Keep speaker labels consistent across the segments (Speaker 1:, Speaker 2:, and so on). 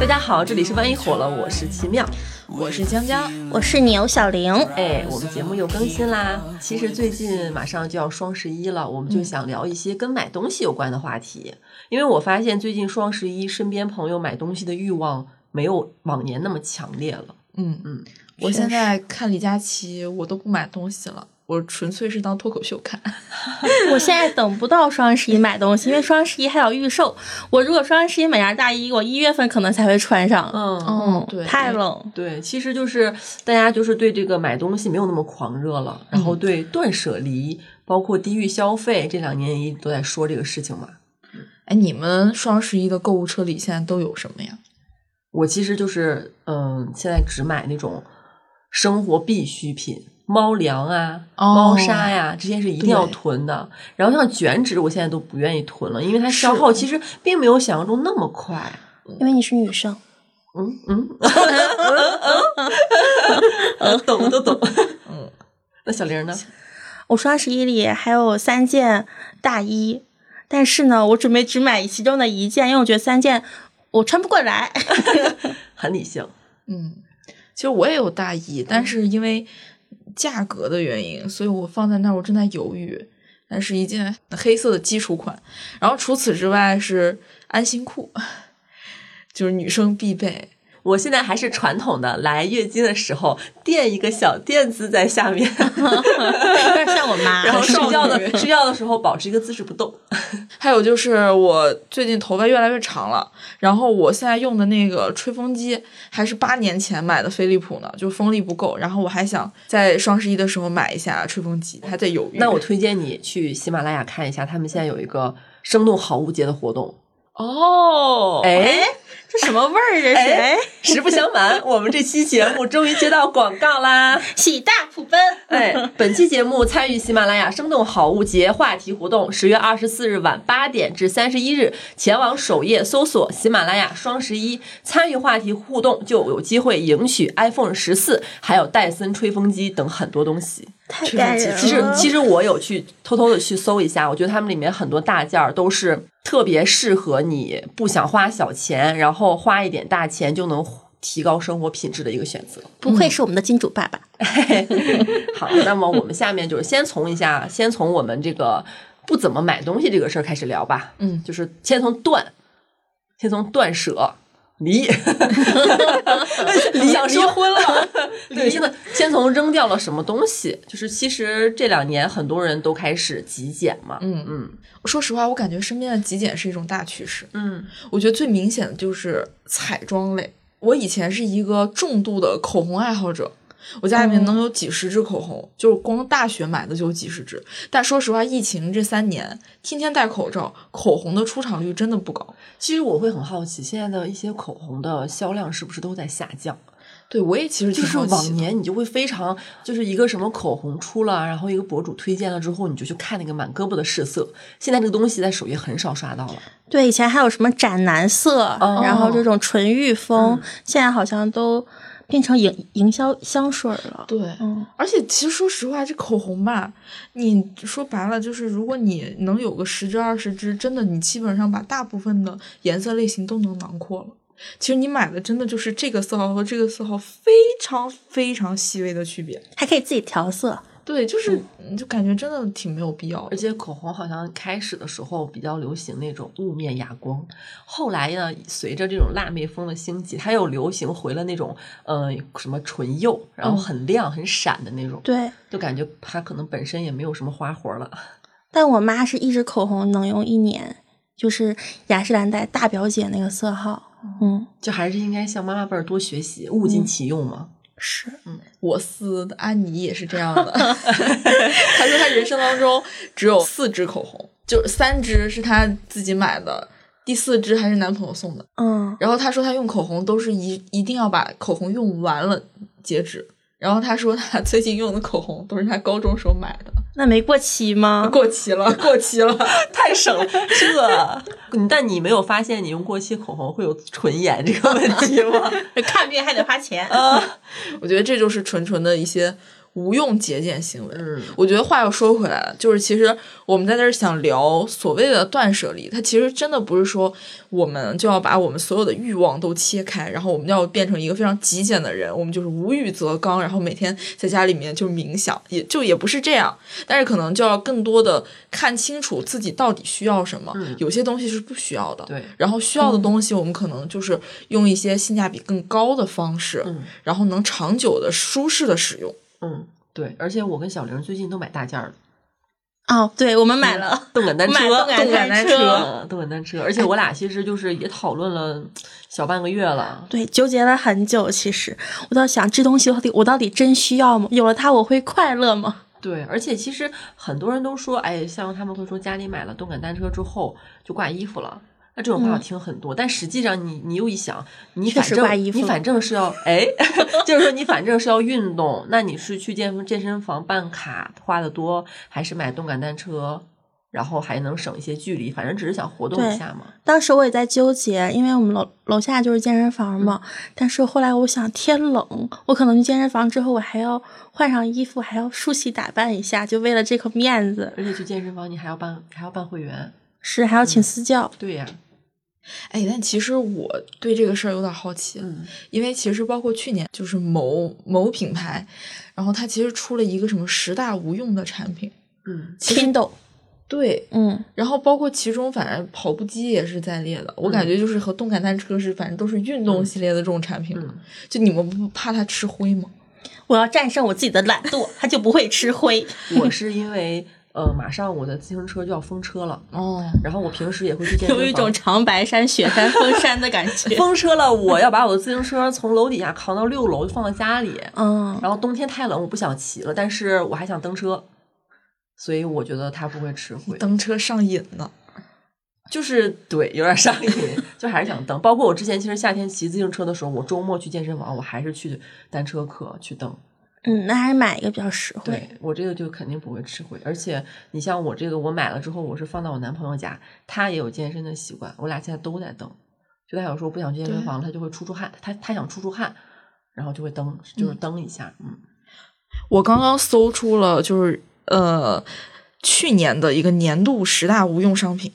Speaker 1: 大家好，这里是万一火了，我是奇妙，
Speaker 2: 我是江江，
Speaker 3: 我是牛小玲。
Speaker 1: 哎，我们节目又更新啦。其实最近马上就要双十一了，我们就想聊一些跟买东西有关的话题，因为我发现最近双十一，身边朋友买东西的欲望没有往年那么强烈了。
Speaker 2: 嗯
Speaker 1: 嗯，
Speaker 2: 我
Speaker 3: 确
Speaker 2: 现在看李佳琦，我都不买东西了，我纯粹是当脱口秀看。
Speaker 3: 我现在等不到双十一买东西，因为双十一还有预售。我如果双十一买件大衣，我一月份可能才会穿上。
Speaker 1: 嗯
Speaker 2: 哦对
Speaker 3: 太冷。
Speaker 1: 对，其实就是大家就是对这个买东西没有那么狂热了，然后对断舍离，包括低域消费，这两年也一直都在说这个事情嘛。
Speaker 2: 哎，你们双十一的购物车里现在都有什么呀？
Speaker 1: 我其实就是嗯，现在只买那种生活必需品。猫粮啊，
Speaker 2: 哦
Speaker 1: 猫砂呀、这些是一定要
Speaker 2: 对
Speaker 1: 囤的。然后像卷纸，我现在都不愿意囤了，因为它消
Speaker 2: 是
Speaker 1: 耗其实并没有想象中那么快。啊
Speaker 3: 因为你是女生，
Speaker 1: 嗯 嗯， 懂都懂。
Speaker 2: 嗯，
Speaker 1: 那小玲呢？
Speaker 3: 我双十一里还有三件大衣，但是呢，我准备只买其中的一件，因为我觉得三件我穿不过 来。
Speaker 1: 很理性。
Speaker 2: 嗯，其实我也有大衣，但是因为价格的原因，所以我放在那儿，我正在犹豫。但是一件黑色的基础款，然后除此之外是安心裤， 就是女生必备。
Speaker 1: 我现在还是传统的，来月经的时候垫一个小垫子在下面，
Speaker 3: 有点像我妈。
Speaker 1: 然后睡觉的
Speaker 2: 少女
Speaker 1: 睡觉的时候保持一个姿势不动。
Speaker 2: 还有就是我最近头发越来越长了，然后我现在用的那个吹风机还是八年前买的飞利浦呢，就风力不够。然后我还想在双十一的时候买一下吹风机，还在犹豫。
Speaker 1: 那我推荐你去喜马拉雅看一下，他们现在有一个生动好物节的活动。
Speaker 2: 哦，
Speaker 1: 哎，
Speaker 3: 这什么味儿？这是
Speaker 1: 哎
Speaker 3: 哎，
Speaker 1: 实不相瞒，我们这期节目终于接到广告啦！
Speaker 3: 喜大普奔。
Speaker 1: 哎，本期节目参与喜马拉雅生动好物节话题活动，十月二十四日晚八点至三十一日，前往首页搜索喜马拉雅双十一，参与话题互动就有机会赢取 iPhone 十四，还有戴森吹风机等很多东西。
Speaker 3: 太
Speaker 2: 吹
Speaker 3: 感
Speaker 2: 风机
Speaker 3: 人了。
Speaker 1: 其实，其实我有去偷偷的去搜一下，我觉得他们里面很多大件儿都是特别适合你不想花小钱，然后花一点大钱就能提高生活品质的一个选择。
Speaker 3: 不愧是我们的金主爸爸。
Speaker 1: 好，那么我们下面就是先从一下，先从我们这个不怎么买东西这个事儿开始聊吧。
Speaker 2: 嗯，
Speaker 1: 就是先从断，先从断舍离， 离想离婚 了。对，现在先从扔掉了什么东西，就是其实这两年很多人都开始极简嘛。
Speaker 2: 嗯
Speaker 1: 嗯
Speaker 2: 说实话，我感觉身边的极简是一种大趋势。
Speaker 1: 嗯，
Speaker 2: 我觉得最明显的就是彩妆类。我以前是一个重度的口红爱好者，我家里面能有几十支口红，就是光大学买的就有几十支。但说实话，疫情这三年，天天戴口罩，口红的出场率真的不高。
Speaker 1: 其实我会很好奇，现在的一些口红的销量是不是都在下降？
Speaker 2: 对我也其实
Speaker 1: 就
Speaker 2: 挺
Speaker 1: 是
Speaker 2: 好奇
Speaker 1: 往
Speaker 2: 的。
Speaker 1: 年你就会非常，就是一个什么口红出了，然后一个博主推荐了之后，你就去看那个满胳膊的试色。现在这个东西在首页很少刷到了。
Speaker 3: 对，以前还有什么斩男色，
Speaker 1: 哦
Speaker 3: 然后这种纯欲风，现在好像都变成营营销香水了。
Speaker 2: 对，
Speaker 3: 嗯，
Speaker 2: 而且其实说实话，这口红吧，你说白了就是，如果你能有个十支二十支，真的你基本上把大部分的颜色类型都能囊括了。其实你买的真的就是这个色号和这个色号非常非常细微的区别。
Speaker 3: 还可以自己调色。
Speaker 2: 对，就是你就感觉真的挺没有必要
Speaker 1: 而
Speaker 2: 的。
Speaker 1: 且口红好像开始的时候比较流行那种雾面哑光，后来呢，随着这种辣妹风的兴起，它又流行回了那种呃什么唇釉，然后很亮很闪的那种，
Speaker 3: 对，
Speaker 1: 就感觉它可能本身也没有什么花活了。
Speaker 3: 但我妈是一支口红能用一年，就是雅诗兰黛大表姐那个色号。嗯，
Speaker 1: 就还是应该向妈妈辈儿多学习，物尽其用嘛。
Speaker 3: 是
Speaker 2: 我司的安妮也是这样的， 她说她人生当中只有四支口红，就是三支是她自己买的，第四支还是男朋友送的。
Speaker 3: 嗯，
Speaker 2: 然后她说她用口红都是一一定要把口红用完了截止。然后她说她最近用的口红都是她高中时候买的，
Speaker 3: 那没过期吗？
Speaker 2: 过期了，过期了。
Speaker 1: 太省了，这，但 你没有发现你用过期口红会有唇炎这 个问题吗？
Speaker 3: 看病还得花钱。
Speaker 1: 啊，
Speaker 2: 我觉得这就是纯纯的一些无用节俭行为。
Speaker 1: 嗯
Speaker 2: 我觉得话又说回来了，就是其实我们在这儿想聊所谓的断舍离，它其实真的不是说我们就要把我们所有的欲望都切开，然后我们要变成一个非常极简的人，我们就是无欲则刚，然后每天在家里面就冥想，也就也不是这样，但是可能就要更多的看清楚自己到底需要什么，
Speaker 1: 嗯
Speaker 2: 有些东西是不需要的，
Speaker 1: 对嗯
Speaker 2: 然后需要的东西我们可能就是用一些性价比更高的方式，
Speaker 1: 嗯
Speaker 2: 然后能长久的舒适的使用。
Speaker 1: 嗯，对，而且我跟小玲最近都买大件儿了，
Speaker 3: 哦，对，我们买了，
Speaker 1: 动感单车，
Speaker 3: 买动感
Speaker 1: 感
Speaker 3: 单
Speaker 1: 车
Speaker 3: 车，
Speaker 1: 嗯动感单车，而且我俩其实就是也讨论了小半个月了，
Speaker 3: 对，纠结了很久。其实我倒想，这东西到底我到底真需要吗？有了它，我会快乐吗？
Speaker 1: 对，而且其实很多人都说，哎，像他们会说家里买了动感单车之后就挂衣服了。那这种话我
Speaker 3: 嗯
Speaker 1: 听很多，但实际上你你又一想，你
Speaker 3: 确
Speaker 1: 反
Speaker 3: 实
Speaker 1: 正
Speaker 3: 挂衣服
Speaker 1: 你
Speaker 3: 了
Speaker 1: 反正是要哎， 就是说你反正是要运动，那你是去健健身房办卡花的多，还是买动感单车，然后还能省一些距离，反正只是想活动一
Speaker 3: 对
Speaker 1: 下嘛。
Speaker 3: 当时我也在纠结，因为我们楼楼下就是健身房嘛。
Speaker 1: 嗯
Speaker 3: 但是后来我想，天冷，我可能去健身房之后，我还要换上衣服，还要梳洗打扮一下，就为了这个面子，
Speaker 1: 而且去健身房你还要办还要办会员，
Speaker 3: 是还要
Speaker 1: 嗯
Speaker 3: 请私教。
Speaker 1: 对呀、
Speaker 2: 哎，但其实我对这个事儿有点好奇，
Speaker 1: 嗯，
Speaker 2: 因为其实包括去年就是某某品牌，然后它其实出了一个什么十大无用的产品，
Speaker 1: 嗯
Speaker 2: 其实
Speaker 3: Kindle，
Speaker 2: 对，
Speaker 3: 嗯，
Speaker 2: 然后包括其中反正跑步机也是在列的，我感觉就是和动感单车是反正都是运动系列的这种产品嘛，
Speaker 1: 嗯
Speaker 2: 就你们不怕它吃灰吗？
Speaker 3: 我要战胜我自己的懒惰，它就不会吃灰。，
Speaker 1: 嗯我是因为呃，马上我的自行车就要封车了，
Speaker 2: 哦，
Speaker 1: 然后我平时也会去健身
Speaker 3: 有
Speaker 1: 房。
Speaker 3: 一种长白山 雪山封山的感觉。
Speaker 1: 封车了，我要把我的自行车从楼底下扛到六楼，放到家里。
Speaker 3: 嗯，
Speaker 1: 然后冬天太冷，我不想骑了，但是我还想蹬车，所以我觉得它不会吃
Speaker 2: 你
Speaker 1: 灰，
Speaker 2: 蹬车上瘾呢，
Speaker 1: 就是对，有点上瘾，就还是想蹬。包括我之前其实夏天骑自行车的时候，我周末去健身房，我还是去单车课去蹬。
Speaker 3: 嗯，那还是买一个比较实惠。
Speaker 1: 对我这个就肯定不会吃亏，而且你像我这个，我买了之后，我是放到我男朋友家，他也有健身的习惯，我俩现在都在蹬。就他有时候不想去健身
Speaker 2: 对
Speaker 1: 房了，他就会出出汗，他他想出出汗，然后就会蹬，就是蹬一下，嗯
Speaker 2: 我刚刚搜出了，就是呃，去年的一个年度十大无用商品，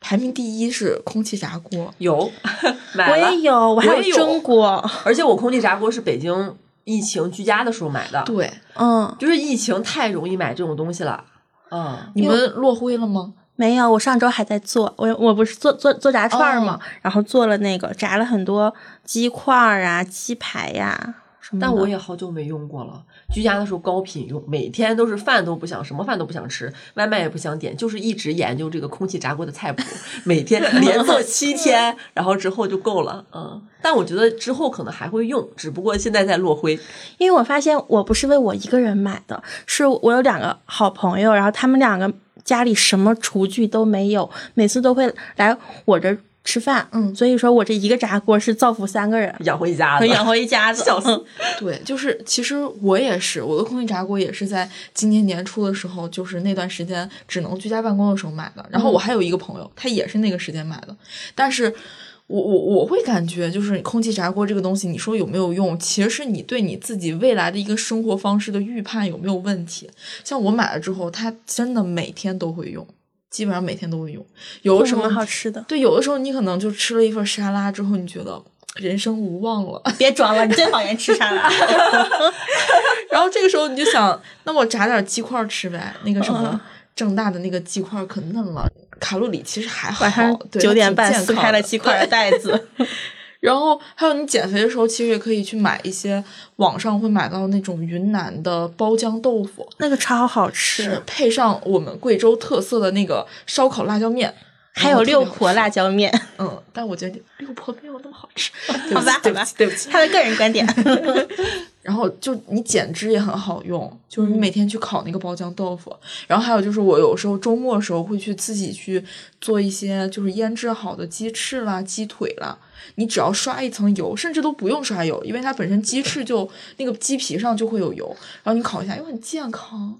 Speaker 2: 排名第一是空气炸锅。
Speaker 1: 有 买
Speaker 3: 我
Speaker 1: 了
Speaker 3: 也，有，我还
Speaker 1: 我也有
Speaker 3: 有蒸 锅。
Speaker 1: 而且我空气炸锅是北京疫情居家的时候买的，
Speaker 2: 对，
Speaker 3: 嗯，
Speaker 1: 就是疫情太容易买这种东西了，嗯，
Speaker 2: 你们落灰了吗？
Speaker 3: 没有，我上周还在做，我我不是做做做炸串儿嘛，然后做了那个炸了很多鸡块儿啊、鸡排呀、什么的。
Speaker 1: 但我也好久没用过了。居家的时候高频用，每天都是饭都不想，什么饭都不想吃，外卖也不想点，就是一直研究这个空气炸锅的菜谱，每天连做七天，然后之后就够了。嗯，但我觉得之后可能还会用，只不过现在在落灰。
Speaker 3: 因为我发现我不是为我一个人买的，是我有两个好朋友，然后他们两个家里什么厨具都没有，每次都会来我这儿吃饭。
Speaker 2: 嗯
Speaker 3: 所以说我这一个炸锅是造福三个人，
Speaker 1: 养活一家子，
Speaker 3: 养活一家子。嗯
Speaker 1: 笑死。
Speaker 2: 对，就是其实我也是，我的空气炸锅也是在今年年初的时候，就是那段时间只能居家办公的时候买的。然后我还有一个朋友，他也是那个时间买的，但是我我我会感觉就是空气炸锅这个东西，你说有没有用，其实是你对你自己未来的一个生活方式的预判有没有问题。像我买了之后，他真的每天都会用，基本上每天都会用。有
Speaker 3: 有
Speaker 2: 的
Speaker 3: 什
Speaker 2: 时候
Speaker 3: 么好吃的？
Speaker 2: 对，有的时候你可能就吃了一份沙拉之后，你觉得人生无望了。
Speaker 3: 别装了，你最讨厌吃 啥了？
Speaker 2: 然后这个时候你就想，那我炸点鸡块儿吃呗，那个什么
Speaker 3: 嗯
Speaker 2: 正大的那个鸡块儿可嫩了，卡路里其实还好。
Speaker 3: 晚上
Speaker 2: 对
Speaker 3: 九点
Speaker 2: 它
Speaker 3: 半
Speaker 2: 挺
Speaker 3: 撕
Speaker 2: 健康
Speaker 3: 开了
Speaker 2: 的
Speaker 3: 鸡块的袋 子。
Speaker 2: 然后还有你减肥的时候，其实也可以去买一些网上会买到那种云南的包浆豆腐，
Speaker 3: 那个超好吃，
Speaker 2: 配上我们贵州特色的那个烧烤辣椒面，
Speaker 3: 还有六婆辣椒 面，
Speaker 2: 嗯，但我觉得六婆没有那么好 吃。对不起
Speaker 3: 好吧，
Speaker 2: 对
Speaker 3: 好
Speaker 2: 不
Speaker 3: 吧
Speaker 2: 起，，对不起。
Speaker 3: 他的个人观 点。
Speaker 2: 然后就你减脂也很好用，就是你每天去烤那个包浆豆腐。然后还有就是我有时候周末的时候会去自己去做一些就是腌制好的鸡翅啦、鸡腿啦，你只要刷一层油，甚至都不用刷油，因为它本身鸡翅就那个鸡皮上就会有油，然后你烤一下又很健康。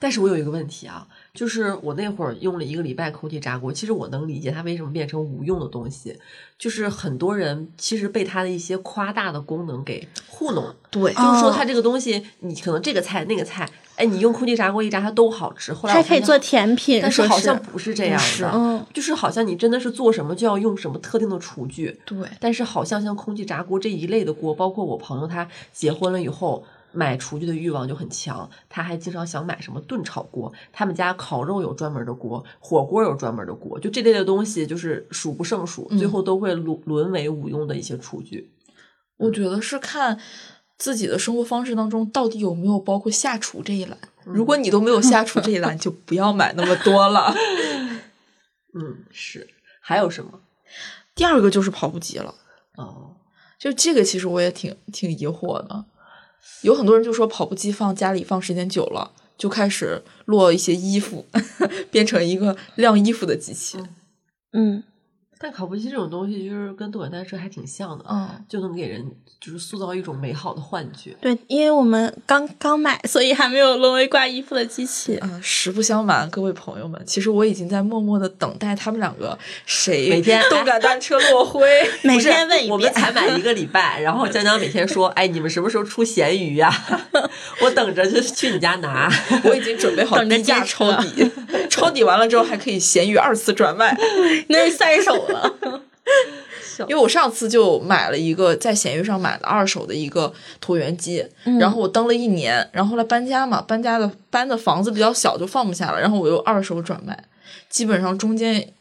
Speaker 1: 但是我有一个问题啊，就是我那会儿用了一个礼拜空气炸锅，其实我能理解它为什么变成无用的东西，就是很多人其实被它的一些夸大的功能给糊弄，
Speaker 2: 对
Speaker 1: 就是说
Speaker 3: 哦
Speaker 1: 它这个东西，你可能这个菜那个菜，哎，你用空气炸锅一炸它都好吃，后来
Speaker 3: 还
Speaker 1: 我
Speaker 3: 可以
Speaker 1: 发现
Speaker 3: 做，甜品，
Speaker 1: 但是
Speaker 3: 说
Speaker 1: 好像不是这样
Speaker 2: 不是
Speaker 1: 的，
Speaker 3: 嗯，
Speaker 1: 就是好像你真的是做什么就要用什么特定的厨具，
Speaker 2: 对，
Speaker 1: 但是好像像空气炸锅这一类的锅，包括我朋友他结婚了以后。买厨具的欲望就很强，他还经常想买什么炖炒锅，他们家烤肉有专门的锅，火锅有专门的锅，就这类的东西就是数不胜数，
Speaker 2: 嗯
Speaker 1: 最后都会沦沦为无用的一些厨具。
Speaker 2: 我觉得是看自己的生活方式当中到底有没有包括下厨这一栏。如果你都没 有下厨这一栏，就不要买那么多了。
Speaker 1: 嗯，是。还有什么？
Speaker 2: 第二个就是跑步机了，
Speaker 1: 哦，
Speaker 2: 就这个其实我也挺挺疑惑的。有很多人就说跑步机放家里放时间久了，就开始落一些衣服， 变成一个晾衣服的机器。
Speaker 3: 嗯，
Speaker 1: 但烤步机这种东西就是跟动感单车还挺像的，啊
Speaker 2: 嗯，
Speaker 1: 就能给人就是塑造一种美好的幻觉。
Speaker 3: 对，因为我们刚刚买，所以还没有沦为挂衣服的机器。
Speaker 1: 嗯
Speaker 2: 啊、实不相瞒，各位朋友们，其实我已经在默默的等待他们两个谁
Speaker 1: 每天
Speaker 2: 动感单车落灰。
Speaker 3: 每
Speaker 1: 不是
Speaker 3: 天问一
Speaker 1: 我们
Speaker 3: 遍，
Speaker 1: 才买一个礼拜，然后江江每天说：“哎，你们什么时候出咸鱼呀、 我等着就去你家 拿。
Speaker 2: 我已经准备好
Speaker 3: 等着
Speaker 2: 低价
Speaker 3: 接
Speaker 2: 抄底， 抄底完了之后还可以闲鱼二次转卖。
Speaker 3: 那是三手了。
Speaker 2: 因为我上次就买了一个在闲鱼上买的二手的一个椭圆机，
Speaker 3: 嗯
Speaker 2: 然后我蹬了一年，然后后来搬家嘛，搬家的搬的房子比较小，就放不下了，然后我又二手转卖，基本上中间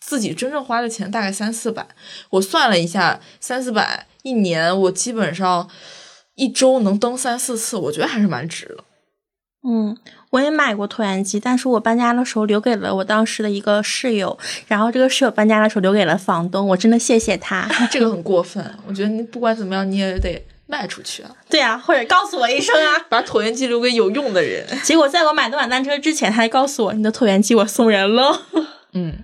Speaker 2: 自己真正花的钱大概三四百，我算了一下，三四百一年，我基本上一周能蹬三四次，我觉得还是蛮值的。
Speaker 3: 嗯，我也买过椭圆机，但是我搬家的时候留给了我当时的一个室友，然后这个室友搬家的时候留给了房东，我真的谢谢他。
Speaker 2: 这个很过分，我觉得你不管怎么样，你也得卖出去啊。
Speaker 3: 对啊，或者告诉我一声啊。
Speaker 2: 把椭圆机留给有用的人。
Speaker 3: 结果在我买动感单车之前，他还告诉我你的椭圆机我送人了，
Speaker 2: 嗯，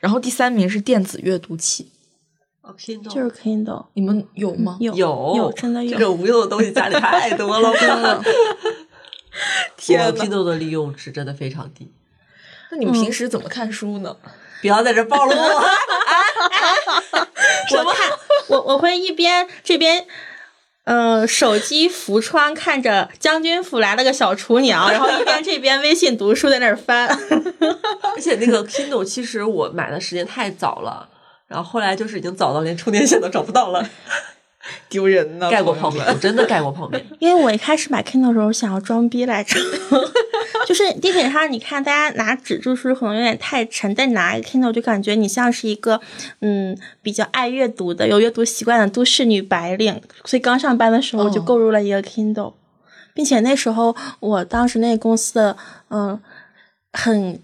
Speaker 2: 然后第三名是电子阅读器，
Speaker 1: 哦”听懂
Speaker 3: 就是 Kindle
Speaker 2: 你们有吗？
Speaker 3: 有
Speaker 1: 有
Speaker 3: 有真的有
Speaker 1: 这个无用的东西家里太多 了 吧？
Speaker 2: 天
Speaker 1: 我
Speaker 2: 呐
Speaker 1: 拼豆的利用值真的非常低，
Speaker 2: 那你们平时怎么看书呢？
Speaker 1: 不要在这暴露我。 啊
Speaker 3: 我看我我会一边这边，呃，手机扶窗看着将军府来了个小厨娘，然后一边这边微信读书在那儿翻。
Speaker 1: 而且那个 Kindle 其实我买的时间太早了，然后后来就是已经早到连充电线都找不到了，
Speaker 2: 丢人呢
Speaker 1: 盖过泡
Speaker 2: 朋友
Speaker 1: 面，
Speaker 2: 们
Speaker 1: 我真的盖过泡面。
Speaker 3: 因为我一开始买 Kindle 的时候想要装逼来着， 就是地铁上你看大家拿纸质书可能有点太沉，但你拿一个 Kindle 就感觉你像是一个嗯比较爱阅读的、有阅读习惯的都市女白领。所以刚上班的时候我就
Speaker 2: 哦
Speaker 3: 购入了一个 Kindle，、并且那时候我当时那个公司的嗯很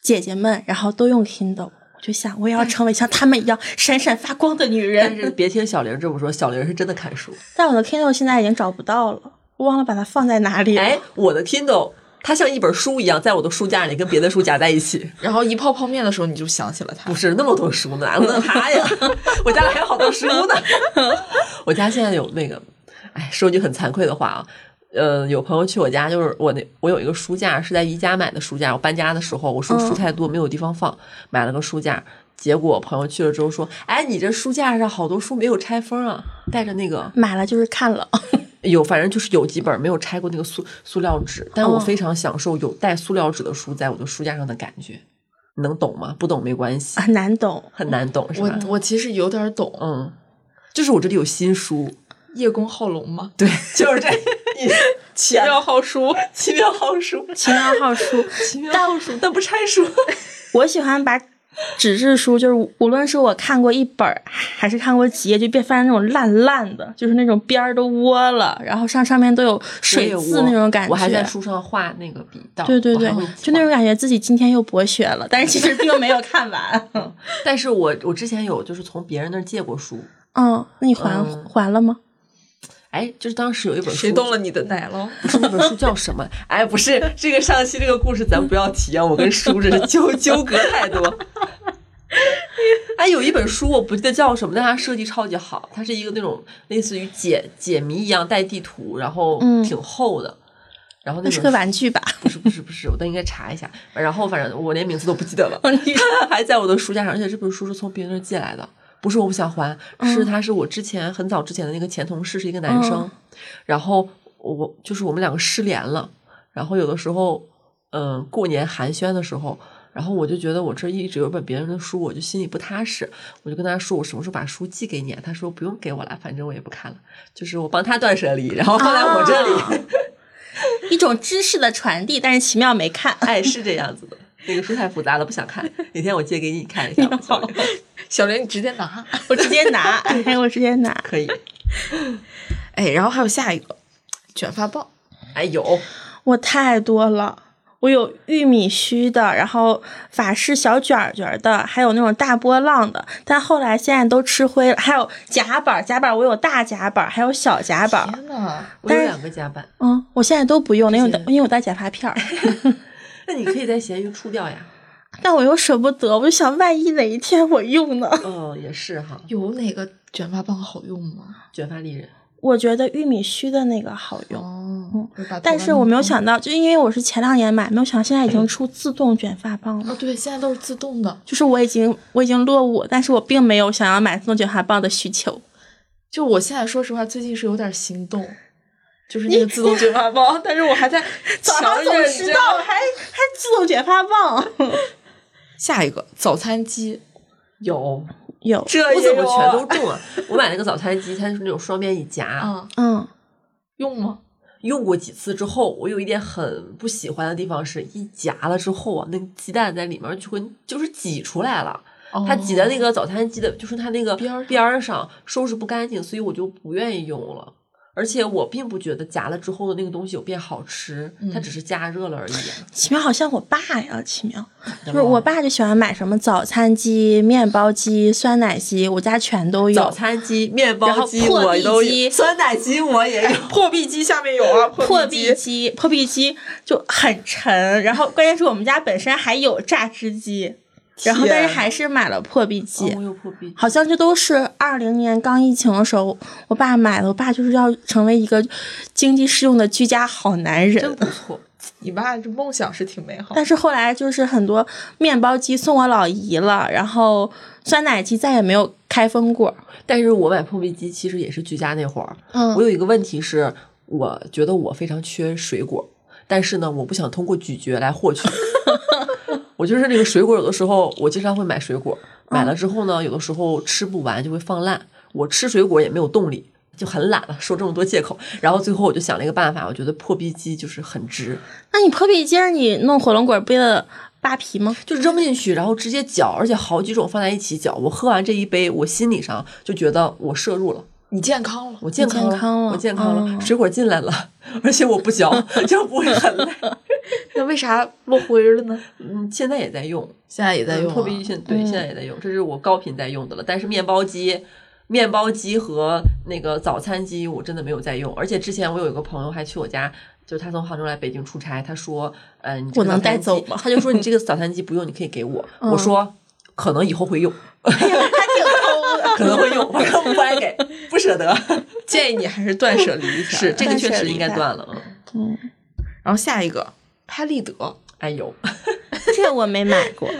Speaker 3: 姐姐们，然后都用 Kindle。我就想，我也要成为像她们一样闪闪发光的女
Speaker 1: 哎但
Speaker 3: 人。
Speaker 1: 是别听小玲这么说，小玲是真的看书。
Speaker 3: 但我的 Kindle 现在已经找不到了，我忘了把它放在哪里了。
Speaker 1: 哎，我的 Kindle 它像一本书一样，在我的书架里跟别的书夹在一起。
Speaker 2: 然后一泡泡面的时候你就想起了它
Speaker 1: 不。是那么多书呢，哪有那他呀？我家里还有好多书呢。 我家现在有那个，哎，说句很惭愧的话啊，呃，有朋友去我家，就是我那我有一个书架是在宜家买的书架，我搬家的时候我书
Speaker 3: 嗯
Speaker 1: 书太多没有地方放，买了个书架。结果朋友去了之后说：“哎，你这书架上好多书没有拆封啊，带着那个
Speaker 3: 买了就是看了，
Speaker 1: 有，反正就是有几本没有拆过那个塑塑料纸，但我
Speaker 3: 哦
Speaker 1: 非常享受有带塑料纸的书在我的书架上的感觉，你能懂吗？不懂没关系，
Speaker 3: 很 难懂。
Speaker 1: 很难懂是吧？
Speaker 2: 我我其实有点懂
Speaker 1: 嗯，就是我这里有新书，
Speaker 2: 叶公好龙嘛，
Speaker 1: 对，就是这 你
Speaker 2: 奇妙好书。
Speaker 1: 奇妙好书，
Speaker 3: 奇妙好书，
Speaker 1: 奇妙好书，但不拆书。
Speaker 3: 我喜欢把纸质书，就是无无论是我看过一本儿，还是看过几页，就变翻成那种烂烂的，就是那种边儿都窝了，然后上上面都有 水渍那种感觉。
Speaker 1: 我还在书上画那个笔道，
Speaker 3: 对对
Speaker 1: 我还
Speaker 3: 对
Speaker 1: 会，
Speaker 3: 就那种
Speaker 1: 画。
Speaker 3: 感觉自己今天又博学了，但是其实并没有看完。
Speaker 1: 但是我我之前有就是从别人那儿借过书，
Speaker 3: 嗯，那你还、
Speaker 1: 嗯
Speaker 3: 还了吗？
Speaker 1: 哎，就是当时有一本书，
Speaker 2: 谁动了你的奶酪？
Speaker 1: 不是那本书叫什么？ 哎，不是这个上期这个故事，咱不要提啊，我跟书这是纠纠葛太多。 哎，有一本书我不记得叫什么，但它设计超级好，它是一个那种类似于解解谜一样带地图，然后
Speaker 3: 嗯
Speaker 1: 挺厚的。然后
Speaker 3: 那
Speaker 1: 那
Speaker 3: 是
Speaker 1: 本
Speaker 3: 个
Speaker 1: 书
Speaker 3: 玩具吧？，
Speaker 1: 不是不是不是，我都应该查一下。然后反正我连名字都不记得了
Speaker 3: 哦你
Speaker 1: 还在我的书架上，而且这本书是从别人那儿借来的，不是我不想还，是他是我之前很早之前的那个前同事，是一个男生，
Speaker 3: 嗯
Speaker 1: 然后我就是我们两个失联了，然后有的时候，嗯、过年寒暄的时候。然后我就觉得我这一直有本别人的书，我就心里不踏实，我就跟他说我什么时候把书寄给你、啊？他说不用给我了，反正我也不看了，就是我帮他断舍离，然后放在我这里。
Speaker 3: 啊一种知识的传递，但是奇妙没 看。
Speaker 1: 哎，是这样子的，那个书太复杂了，不想看。哪天我借给你看一下吧，小刘
Speaker 2: 小莲，你直接拿。
Speaker 3: 我直接 拿，哎，我直接拿。
Speaker 1: 可以。
Speaker 2: 哎，然后还有下一个卷发棒，
Speaker 1: 哎，有
Speaker 3: 我太多了，我有玉米须的，然后法式小卷儿卷儿的，还有那种大波浪的，但后来现在都吃灰了。还有夹板儿，夹板儿我有大夹板儿，还有小夹板儿。
Speaker 2: 天呐，
Speaker 1: 我有
Speaker 3: 但是
Speaker 1: 两个夹板，
Speaker 3: 嗯，我现在都不用了，因为我带
Speaker 1: 这些
Speaker 3: 因为我带假发片儿，
Speaker 1: 那你可以在闲鱼出掉呀。
Speaker 3: 但我又舍不得，我就想万一哪一天我用呢？
Speaker 1: 哦，也是哈，
Speaker 2: 有哪个卷发棒好用吗？
Speaker 1: 卷发丽人。
Speaker 3: 我觉得玉米须的那个好用。
Speaker 2: 哦，会把头
Speaker 3: 但
Speaker 2: 发
Speaker 3: 是我没有
Speaker 2: 弄
Speaker 3: 想到，就因为我是前两年买，没有想到现在已经出自动卷发棒
Speaker 2: 哦，
Speaker 3: 了。
Speaker 2: 对，现在都是自动的。
Speaker 3: 就是我已经我已经落伍，但是我并没有想要买自动卷发棒的需求。
Speaker 2: 就我现在说实话，最近是有点心动，就是那个自动卷发棒，但是我 还在强
Speaker 3: 总
Speaker 2: 忍
Speaker 3: 迟
Speaker 2: 着。
Speaker 3: 到，还还自动卷发棒
Speaker 2: 下一个早餐机，
Speaker 1: 有，
Speaker 3: 有，
Speaker 1: 这
Speaker 2: 也
Speaker 1: 我怎么
Speaker 2: 有
Speaker 1: 全
Speaker 2: 啊
Speaker 1: 都中啊？我买那个早餐机，它是那种双边一 夹，
Speaker 2: 啊，
Speaker 3: 嗯，
Speaker 2: 用吗？
Speaker 1: 用过几次之后，我有一点很不喜欢的地方是，一夹了之后啊，那个鸡蛋在里面就会就是挤出来了。它挤在那
Speaker 2: 哦
Speaker 1: 个早餐机的，就是它那个
Speaker 2: 边儿上
Speaker 1: 边儿上收拾不干净，所以我就不愿意用了。而且我并不觉得夹了之后的那个东西有变好吃，它
Speaker 2: 嗯
Speaker 1: 只是加热了而已。啊
Speaker 3: 奇妙好像我爸呀，奇妙
Speaker 1: 怎
Speaker 3: 就是
Speaker 1: 么
Speaker 3: 我爸就喜欢买什么早餐机、面包机、酸奶机，我家全都有。
Speaker 1: 早餐机、面
Speaker 3: 然
Speaker 1: 包
Speaker 3: 后
Speaker 1: 机
Speaker 3: 破
Speaker 1: 我
Speaker 3: 壁
Speaker 1: 都
Speaker 3: 机
Speaker 1: 有，酸
Speaker 4: 哦
Speaker 1: 奶机我也有。
Speaker 2: 破壁机下面有啊，
Speaker 3: 破
Speaker 2: 壁机
Speaker 3: 壁机，破壁机就很沉，然后关键是我们家本身还有榨汁机，然后但
Speaker 2: 天
Speaker 3: 是还是买了破壁机。
Speaker 1: 哦我有破壁机，
Speaker 3: 好像这都是二零年刚疫情的时候，我爸买的。我爸就是要成为一个经济适用的居家好男
Speaker 1: 真
Speaker 3: 人。
Speaker 1: 不错。
Speaker 2: 你爸这梦想是挺美好的
Speaker 3: 但。是后来就是很多面包机送我老姨了，然后酸奶机再也没有开封过。
Speaker 1: 但是我买破壁机其实也是居家那会儿，我
Speaker 3: 嗯，
Speaker 1: 有一个问题是，我觉得我非常缺水果，但是呢，我不想通过咀嚼来获取。 我就是那个水果，有的时候我经常会买水果，买了之后呢，有的时候吃不完就会放烂。我吃水果也没有动力，就很懒了，说这么多借口。然后最后我就想了一个办法，我觉得破壁机就是很值，
Speaker 3: 那你破壁机儿你弄火龙果不得扒皮吗？
Speaker 1: 就扔进去，然后直接搅，而且好几种放在一起搅。我喝完这一杯，我心理上就觉得我摄入了。
Speaker 2: 你健康了，
Speaker 1: 我健康了，
Speaker 3: 健康了
Speaker 1: 我健康了，
Speaker 3: 嗯
Speaker 1: 水果进来了，而且我不嚼，就不会很累。
Speaker 2: 那为啥落灰了呢？
Speaker 1: 嗯，现在也在用，
Speaker 2: 现在也在用、啊、
Speaker 1: 破壁机现对、
Speaker 3: 嗯
Speaker 1: 现在也在用，这是我高频在用的了。但是面包机、面包机和那个早餐机我真的没有在用，而且之前我有一个朋友还去我家。就是他从杭州来北京出差，他说：“嗯、呃，你这
Speaker 3: 我
Speaker 1: 个
Speaker 3: 能
Speaker 1: 早餐
Speaker 3: 带走
Speaker 1: 机
Speaker 3: 吗
Speaker 1: 他就说：“你这个早餐机不用，你可以给 我。
Speaker 3: 嗯
Speaker 1: 我说：“可能以后会用，
Speaker 3: 还 挺抠的。
Speaker 1: 可能会用，反正不爱给，不舍 得。
Speaker 2: 建议你 还是断舍离一下。
Speaker 1: 是这个
Speaker 3: 断舍
Speaker 1: 确实
Speaker 3: 离
Speaker 1: 应该
Speaker 3: 吧
Speaker 1: 断了。嗯，
Speaker 3: 嗯，
Speaker 2: 然后下一个拍立得，
Speaker 1: 哎呦，
Speaker 3: 这我没买 过。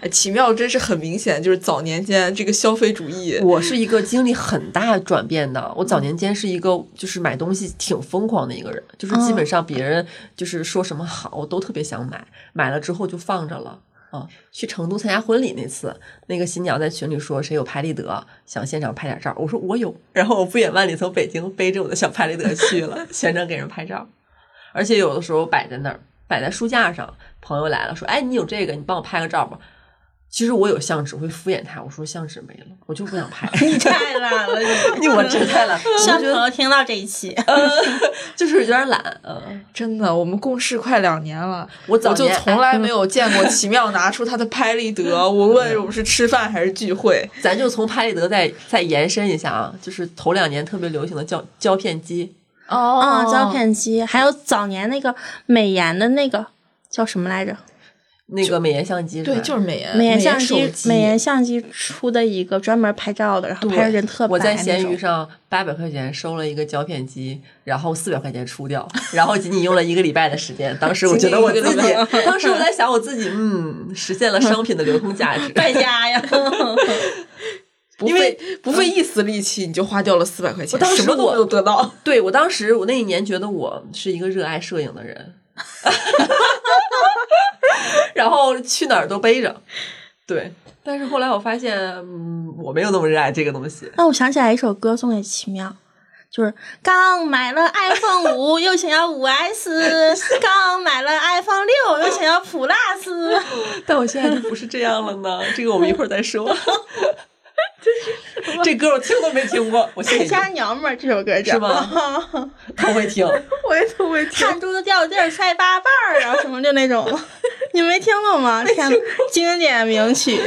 Speaker 2: 哎，奇妙真是很明显，就是早年间这个消费主义，
Speaker 1: 我是一个经历很大转变的。我早年间是一个就是买东西挺疯狂的一个人，就是基
Speaker 3: 嗯
Speaker 1: 本上别人就是说什么好，我都特别想买，买了之后就放着了。啊，去成都参加婚礼那次，那个新娘在群里说谁有拍立得，想现场拍点照。我说我有，然后我不远万里从北京背着我的小拍立得去了，全程给人拍照，而且有的时候摆在那儿，摆在书架上。朋友来了说，哎，你有这个，你帮我拍个照吧。其实我有相纸，我会敷衍他，我说相纸没了，我就不想拍。
Speaker 3: 你太懒了，你
Speaker 1: 你我真太懒，我
Speaker 3: 希望
Speaker 1: 觉
Speaker 3: 朋
Speaker 1: 得
Speaker 3: 友听到这一期。
Speaker 1: 就是有点懒。嗯，
Speaker 2: 真的，我们共事快两年了，
Speaker 1: 我早
Speaker 2: 我就
Speaker 1: 年
Speaker 2: 从来 没有见过奇妙拿出他的拍立得，无论我们是吃饭还是聚会，
Speaker 1: 咱就从拍立得再再延伸一下啊，就是头两年特别流行的胶胶片机，
Speaker 2: 哦
Speaker 3: 嗯啊、胶片机，还有早年那个美颜的那个叫什么来着？
Speaker 1: 那个美颜相机是吧？
Speaker 2: 对，就是美颜
Speaker 3: 呃美颜相
Speaker 2: 手
Speaker 3: 机，
Speaker 2: 机
Speaker 3: 美颜相机出的一个专门拍照的，然后拍的人特白
Speaker 1: 我在
Speaker 3: 那
Speaker 1: 闲
Speaker 3: 种
Speaker 1: 鱼上八百块钱收了一个胶片机，然后四百块钱出掉，然后仅仅用了一个礼拜的时间。当时我觉得我自
Speaker 2: 仅仅一个
Speaker 1: 己，当时我在想我自己，嗯，实现了商品的流通价值。
Speaker 3: 败家呀。
Speaker 2: 不
Speaker 1: 因为
Speaker 2: 费不费一丝力气，你就花掉了四百块钱，
Speaker 1: 当时
Speaker 2: 什么都
Speaker 1: 我
Speaker 2: 没有得到。
Speaker 1: 对我当时，我那一年觉得我是一个热爱摄影的人，然后去哪儿都背着，对。但是后来我发现，嗯，我没有那么热爱这个东西。
Speaker 3: 那我想起来一首歌送给奇妙，就是刚买了 iPhone 五，又想要五 S；刚买了 iPhone 六，又想要 Plus。
Speaker 1: 但我现在就不是这样了呢，这个我们一会儿再说。 这歌我听都没听过，我信
Speaker 3: 海
Speaker 1: 你，
Speaker 3: 家娘们儿这首歌叫
Speaker 1: 是吗？他会听。
Speaker 2: 我也特会听，
Speaker 3: 汗珠子掉地儿摔八瓣儿啊，什么就那种， 你没听过吗？天呐，经典名曲。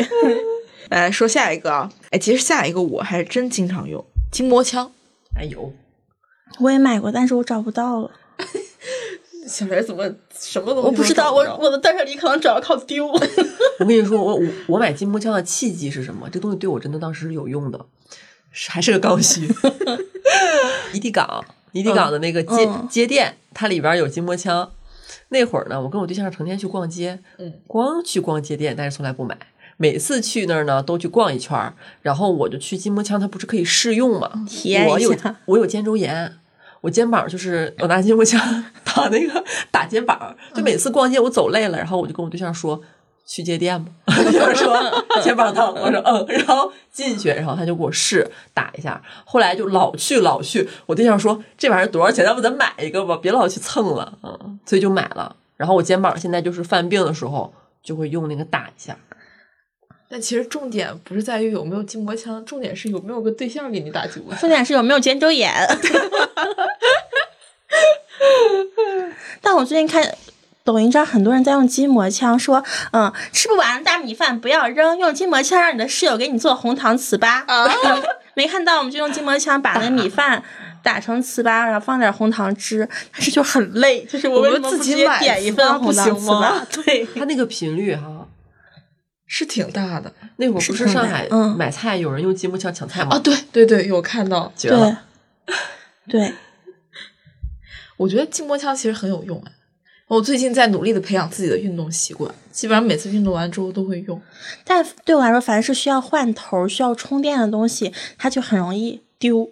Speaker 2: 来说下一个啊，哎，其实下一个我还真经常用筋膜枪。
Speaker 1: 哎呦，
Speaker 3: 我也买过，但是我找不到了，
Speaker 2: 小莲怎么什么东西
Speaker 3: 我不知
Speaker 2: 都
Speaker 3: 道，
Speaker 2: 找
Speaker 3: 我
Speaker 2: 着
Speaker 3: 我的断舍离可能主要靠丢。
Speaker 1: 我跟你说，我我我买筋膜枪的契机是什么？这东西对我真的当时是有用的，是还是个刚 需。怡地港，怡地港的那个街、
Speaker 3: 嗯
Speaker 1: 街店，它里边有筋膜枪。那会儿呢，我跟我对象成天去逛街，
Speaker 2: 嗯，
Speaker 1: 光去逛街店，但是从来不买。每次去那儿呢，都去逛一圈儿，然后我就去筋膜枪，它不是可以试用吗？
Speaker 3: 体验
Speaker 1: 我
Speaker 3: 一
Speaker 1: 有
Speaker 3: 下
Speaker 1: 我有肩周炎，我肩膀就是我拿筋膜枪 打那个打肩膀，就每次逛街我走累了，然后我就跟我对象说去街店吧， 对象说肩膀疼，我说嗯，然后进去，然后他就给我试打一下，后来就老去老去，我对象说这玩意儿多少钱，要不咱买一个吧，别老去蹭了，嗯，所以就买了。然后我肩膀现在就是犯病的时候就会用那个打一下，
Speaker 2: 但其实重点不是在于有没有筋膜枪，重点是有没有个对象给你打筋膜枪。
Speaker 3: 重点是有没有肩周炎。 但我最近看抖音上很多人在用筋膜枪，说嗯，吃不完的大米饭不要扔，用筋膜枪让你的室友给你做红糖糍粑。嗯
Speaker 2: 啊
Speaker 3: 没看到，我们就用筋膜枪把那米饭。打成糍粑，然后放点红糖汁，但是就很累。就是我
Speaker 2: 我
Speaker 3: 为
Speaker 2: 们
Speaker 3: 什么
Speaker 2: 自
Speaker 3: 不
Speaker 2: 己
Speaker 3: 直接
Speaker 2: 买
Speaker 3: 点一
Speaker 2: 糍
Speaker 3: 份
Speaker 2: 粑不
Speaker 3: 红糖
Speaker 2: 行
Speaker 3: 糍粑
Speaker 2: 吗？
Speaker 3: 对，
Speaker 1: 它那个频率哈、
Speaker 2: 是挺大的
Speaker 1: 那会儿不
Speaker 3: 是
Speaker 1: 是
Speaker 3: 挺
Speaker 1: 上
Speaker 3: 大
Speaker 1: 海
Speaker 3: 嗯
Speaker 1: 买菜有人用筋膜枪抢菜吗？
Speaker 2: 啊！对对对，有看到。
Speaker 1: 绝了！
Speaker 3: 对，对，
Speaker 2: 我觉得筋膜枪其实很有用哎。我最近在努力的培养自己的运动习惯，基本上每次运动完之后都会用。
Speaker 3: 但对我来说，凡是需要换头、需要充电的东西，它就很容易丢，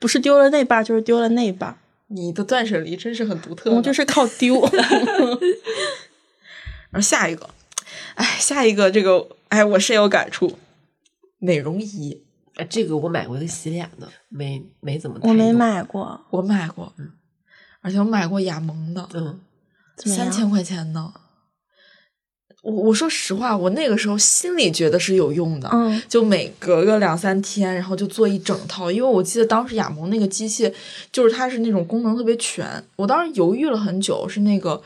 Speaker 3: 不是丢了那半儿，就是丢了那半儿。
Speaker 2: 你的断舍离真是很独特呢，
Speaker 3: 我嗯就是靠丢。
Speaker 2: 然后下一个，哎，下一个这个，哎，我深有感触，美容仪
Speaker 1: 哎，这个我买过一个洗脸的，没没怎么，
Speaker 3: 我没。买过，
Speaker 2: 我买过，而且我买过雅萌的，
Speaker 1: 嗯，
Speaker 3: 嗯怎么
Speaker 2: 三
Speaker 3: 样
Speaker 2: 千块钱呢。我我说实话，我那个时候心里觉得是有用的，
Speaker 3: 嗯
Speaker 2: 就每隔个两三天，然后就做一整套，因为我记得当时雅萌那个机器，就是它是那种功能特别全，我当时犹豫了很久，是那个，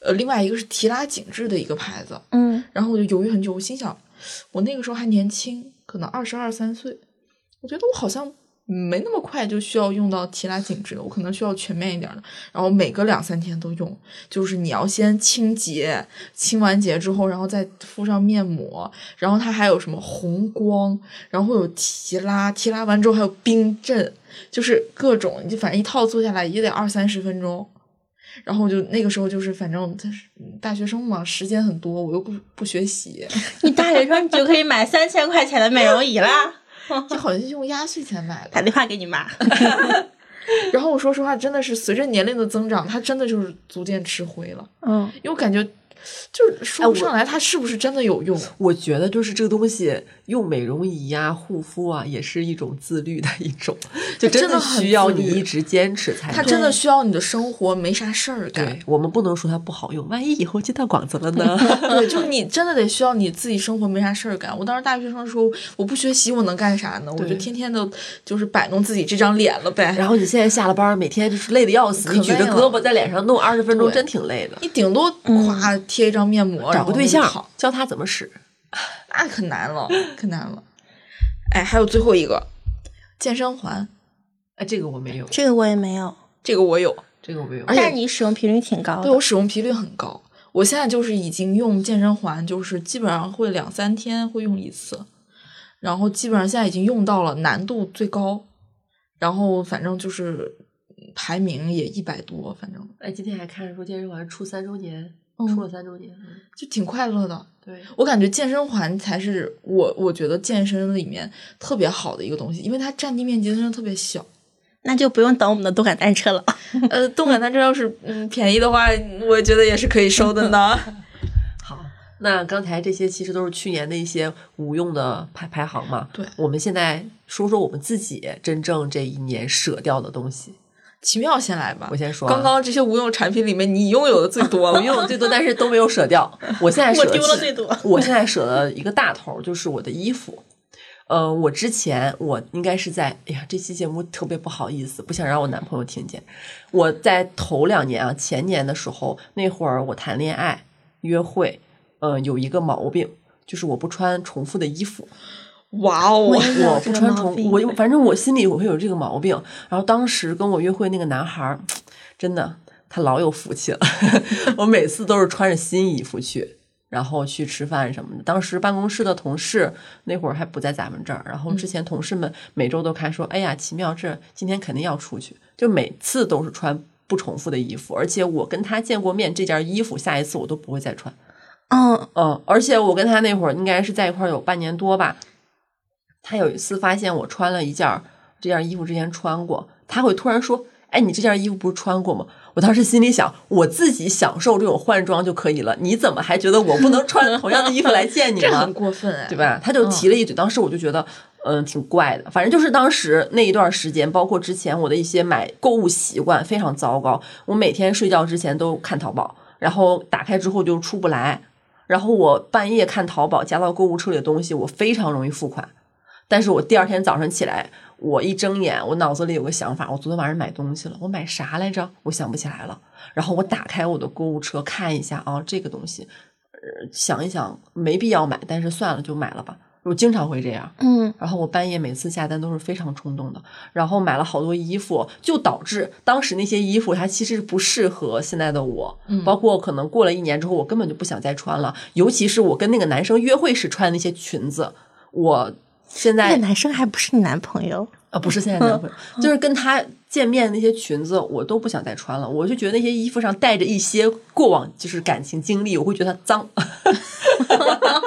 Speaker 2: 呃，另外一个是提拉紧致的一个牌子，
Speaker 3: 嗯，
Speaker 2: 然后我就犹豫很久，我心想，我那个时候还年轻，可能二十二三岁，我觉得我好像没那么快就需要用到提拉紧致的，我可能需要全面一点的。然后每隔两三天都用，就是你要先清洁，清完洁之后，然后再敷上面膜，然后它还有什么红光，然后有提拉，提拉完之后还有冰镇，就是各种，你就反正一套做下来也得二三十分钟。然后我就那个时候就是，反正他是嗯大学生嘛，时间很多，我又不不学习，
Speaker 3: 你大学生你就可以买三千块钱的美容仪啦。
Speaker 2: 就好像是用压岁钱买
Speaker 3: 打
Speaker 2: 的。
Speaker 3: 电话给你妈，
Speaker 2: 然后我说实话，真的是随着年龄的增长，它真的就是逐渐吃灰了，
Speaker 3: 嗯，
Speaker 2: 因为我感觉就是
Speaker 1: 哎
Speaker 2: 说不上来它是不是真的有用。
Speaker 1: 我觉得就是这个东西用美容仪啊、护肤啊，也是一种自律的一种，就
Speaker 2: 真的很
Speaker 1: 需要
Speaker 2: 自
Speaker 1: 你
Speaker 2: 律
Speaker 1: 一直坚持才
Speaker 2: 它
Speaker 1: 能。
Speaker 2: 真的需要你的生活没啥事儿干
Speaker 1: 哎对，我们不能说它不好用，万一以后接到广子了呢？
Speaker 2: 对，就是你真的得需要你自己生活没啥事儿干。我当时大学生的时候，我不学习，我能干啥呢？我就
Speaker 1: 对
Speaker 2: 天天的，就是摆弄自己这张脸了呗。
Speaker 1: 然后你现在下了班儿，每天就是累得要死，
Speaker 2: 可
Speaker 1: 你举着
Speaker 2: 累了
Speaker 1: 胳膊在脸上弄二十分钟，
Speaker 2: 对
Speaker 1: 真挺累的。
Speaker 2: 你顶多夸贴一张面膜，然
Speaker 1: 嗯找
Speaker 2: 后
Speaker 1: 个对
Speaker 2: 那就好
Speaker 1: 象教他怎么使，
Speaker 2: 那可难了，可难了。哎，还有最后一个健身环，
Speaker 1: 哎，这个我没有，
Speaker 3: 这个我也没有，
Speaker 2: 这个我有，
Speaker 1: 这个我没有。
Speaker 2: 而且
Speaker 3: 但你使用频率挺高
Speaker 2: 对
Speaker 3: 的
Speaker 2: 我。使用频率很高。我现在就是已经用健身环，就是基本上会两三天会用一次，然后基本上现在已经用到了难度最高，然后反正就是排名也一百多，反正
Speaker 1: 哎，今天还看着说健身环出三周年，
Speaker 2: 嗯
Speaker 1: 出了三周年。嗯
Speaker 2: 就挺快乐的。
Speaker 1: 对，
Speaker 2: 我感觉健身环才是我我觉得健身里面特别好的一个东西，因为它占地面积真的特别小。
Speaker 3: 那就不用等我们的动感单车了。
Speaker 2: 呃，动感单车要是嗯便宜的话，我觉得也是可以收的呢。
Speaker 1: 好，那刚才这些其实都是去年的一些无用的排排行嘛。
Speaker 2: 对
Speaker 1: 我们现在说说我们自己真正这一年舍掉的东西。
Speaker 2: 奇妙先来吧，
Speaker 1: 我先说啊
Speaker 2: 刚刚这些无用产品里面，你拥有的最多了，
Speaker 1: 我用的最多，但是都没有舍掉。我现在 舍
Speaker 3: 我
Speaker 1: 的
Speaker 3: 丢了
Speaker 1: 是
Speaker 3: 最多
Speaker 1: 我现在舍了一个大头儿，就是我的衣服。呃，我之前我应该是在，哎呀，这期节目特别不好意思，不想让我男朋友听见。我在头两年啊，前年的时候，那会儿我谈恋爱、约会，呃，有一个毛病，就是我不穿重复的衣服。
Speaker 2: 哇哦
Speaker 3: 我！也有
Speaker 1: 我
Speaker 3: 这
Speaker 1: 不
Speaker 3: 个
Speaker 1: 穿
Speaker 3: 毛
Speaker 1: 重，
Speaker 3: 病
Speaker 1: 我有反正我心里我会有这个毛病。然后当时跟我约会那个男孩儿，真的他老有福气了， 我每次都是穿着新衣服去。然后去吃饭什么的，当时办公室的同事那会儿还不在咱们这儿，然
Speaker 3: 嗯
Speaker 1: 后之前同事们每周都看说，哎呀，奇妙，这今天肯定要出去，就每次都是穿不重复的衣服，而且我跟他见过面，这件衣服下一次我都不会再穿。
Speaker 3: 嗯，
Speaker 1: 嗯，而且我跟他那会儿应该是在一块儿有半年多吧。他有一次发现我穿了一件儿这件衣服之前穿过，他会突然说：“哎，你这件衣服不是穿过吗？”我当时心里想，我自己享受这种换装就可以了，你怎么还觉得我不能穿 同样的衣服来见你
Speaker 2: 这
Speaker 1: 呢
Speaker 2: 很？过分哎，
Speaker 1: 对？吧？他就提了一嘴，当时我就觉得，嗯，挺怪的。反正就是当时那一段时间，包括之前我的一些买购物习惯非常糟糕，我每天睡觉之前都看淘宝，然后打开之后就出不来，然后我半夜看淘宝加到购物车里的东西，我非常容易付款。但是我第二天早上起来，我一睁眼，我脑子里有个想法，我昨天晚上买东西了，我买啥来着？我想不起来了。然后我打开我的购物车看一下啊，这个东西，呃想一想没必要买，但是算了就买了吧。我经常会这样。
Speaker 3: 嗯，
Speaker 1: 然后我半夜每次下单都是非常冲动的，然后买了好多衣服，就导致当时那些衣服它其实不适合现在的我，
Speaker 2: 嗯
Speaker 1: 包括可能过了一年之后，我根本就不想再穿了。尤其是我跟那个男生约会时穿的那些裙子，我现
Speaker 3: 那
Speaker 1: 在
Speaker 3: 个男生还不是你男朋友，
Speaker 1: 啊，不是现在男朋友，就是跟他见面那些裙子，我都不想再穿了。我就觉得那些衣服上带着一些过往就是感情经历，我会觉得它脏，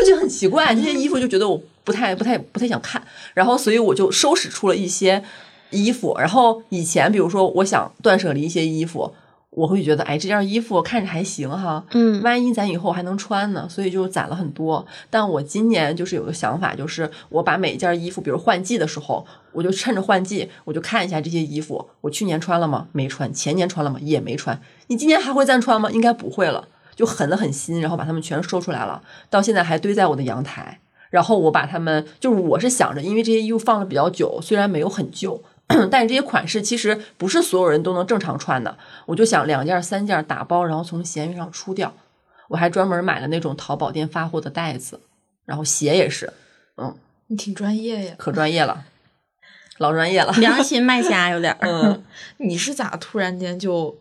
Speaker 1: 我觉得很奇怪。这些衣服就觉得我不太、不太、不太想看，然后所以我就收拾出了一些衣服。然后以前比如说我想断舍离一些衣服，我会觉得哎，这件衣服看着还行哈，
Speaker 3: 嗯
Speaker 1: 万一咱以后还能穿呢，所以就攒了很多。但我今年就是有个想法，就是我把每一件衣服，比如换季的时候，我就趁着换季，我就看一下这些衣服，我去年穿了吗？没穿。前年穿了吗？也没穿。你今年还会再穿吗？应该不会了。就狠得狠心，然后把它们全收出来了，到现在还堆在我的阳台。然后我把它们，就是我是想着，因为这些衣服放了比较久，虽然没有很旧。 但是这些款式其实不是所有人都能正常穿的，我就想两件儿三件儿打包，然后从闲鱼上出掉。我还专门买了那种淘宝店发货的袋子，然后鞋也是，嗯，
Speaker 2: 哎你挺专业呀。
Speaker 1: 可专业了，老专业了。
Speaker 3: 良心卖家有点 儿。
Speaker 1: 嗯，
Speaker 2: 你是咋突然间就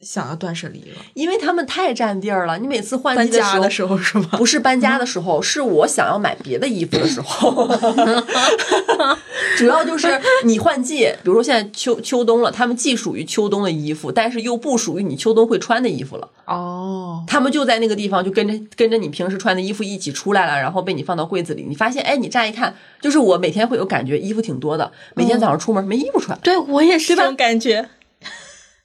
Speaker 2: 想要断舍离了？
Speaker 1: 因为他们太占地儿了，你每次换
Speaker 2: 搬
Speaker 1: 季
Speaker 2: 家的
Speaker 1: 的
Speaker 2: 时候 是吗？
Speaker 1: 不是搬家的时候，是我想要买别的衣服的时 候。主要就是你换季，比如说现在秋秋冬了，他们既属于秋冬的衣服，但是又不属于你秋冬会穿的衣服了。
Speaker 2: 哦，
Speaker 1: 他们就在那个地方，就跟着跟着你平时穿的衣服一起出来了，然后被你放到柜子里。你发现，哎，你乍一看，就是我每天会有感觉，衣服挺多的，每天早上出门没衣服 穿，
Speaker 3: 对我也是这种感觉。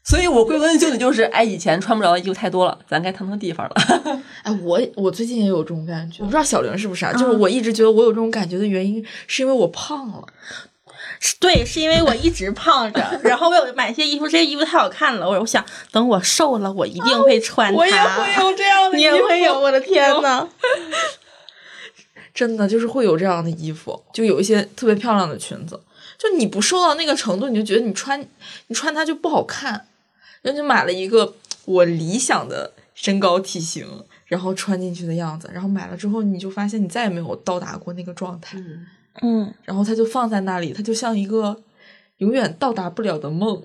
Speaker 1: 所以我归根究底就是，哎，以前穿不着的衣服太多了，咱该腾腾地方了。
Speaker 2: 哎，我我最近也有这种感觉，我不知道小玲是不是啊？就是我一直觉得我有这种感觉的原因，是因为我胖了。
Speaker 3: 是对，是因为我一直胖着，然后我有买一些衣服，这些衣服太好看了，我我想等我瘦了，我一定会穿它。
Speaker 2: 啊我也
Speaker 1: 啊
Speaker 2: 会有这样的，
Speaker 3: 你也会有，我的天呐！
Speaker 2: 真的就是会有这样的衣服，就有一些特别漂亮的裙子，就你不瘦到那个程度，你就觉得你穿你穿它就不好看，然后就买了一个我理想的身高体型，然后穿进去的样子，然后买了之后你就发现你再也没有到达过那个状态，
Speaker 1: 嗯，
Speaker 3: 嗯，
Speaker 2: 然后它就放在那里，它就像一个永远到达不了的梦。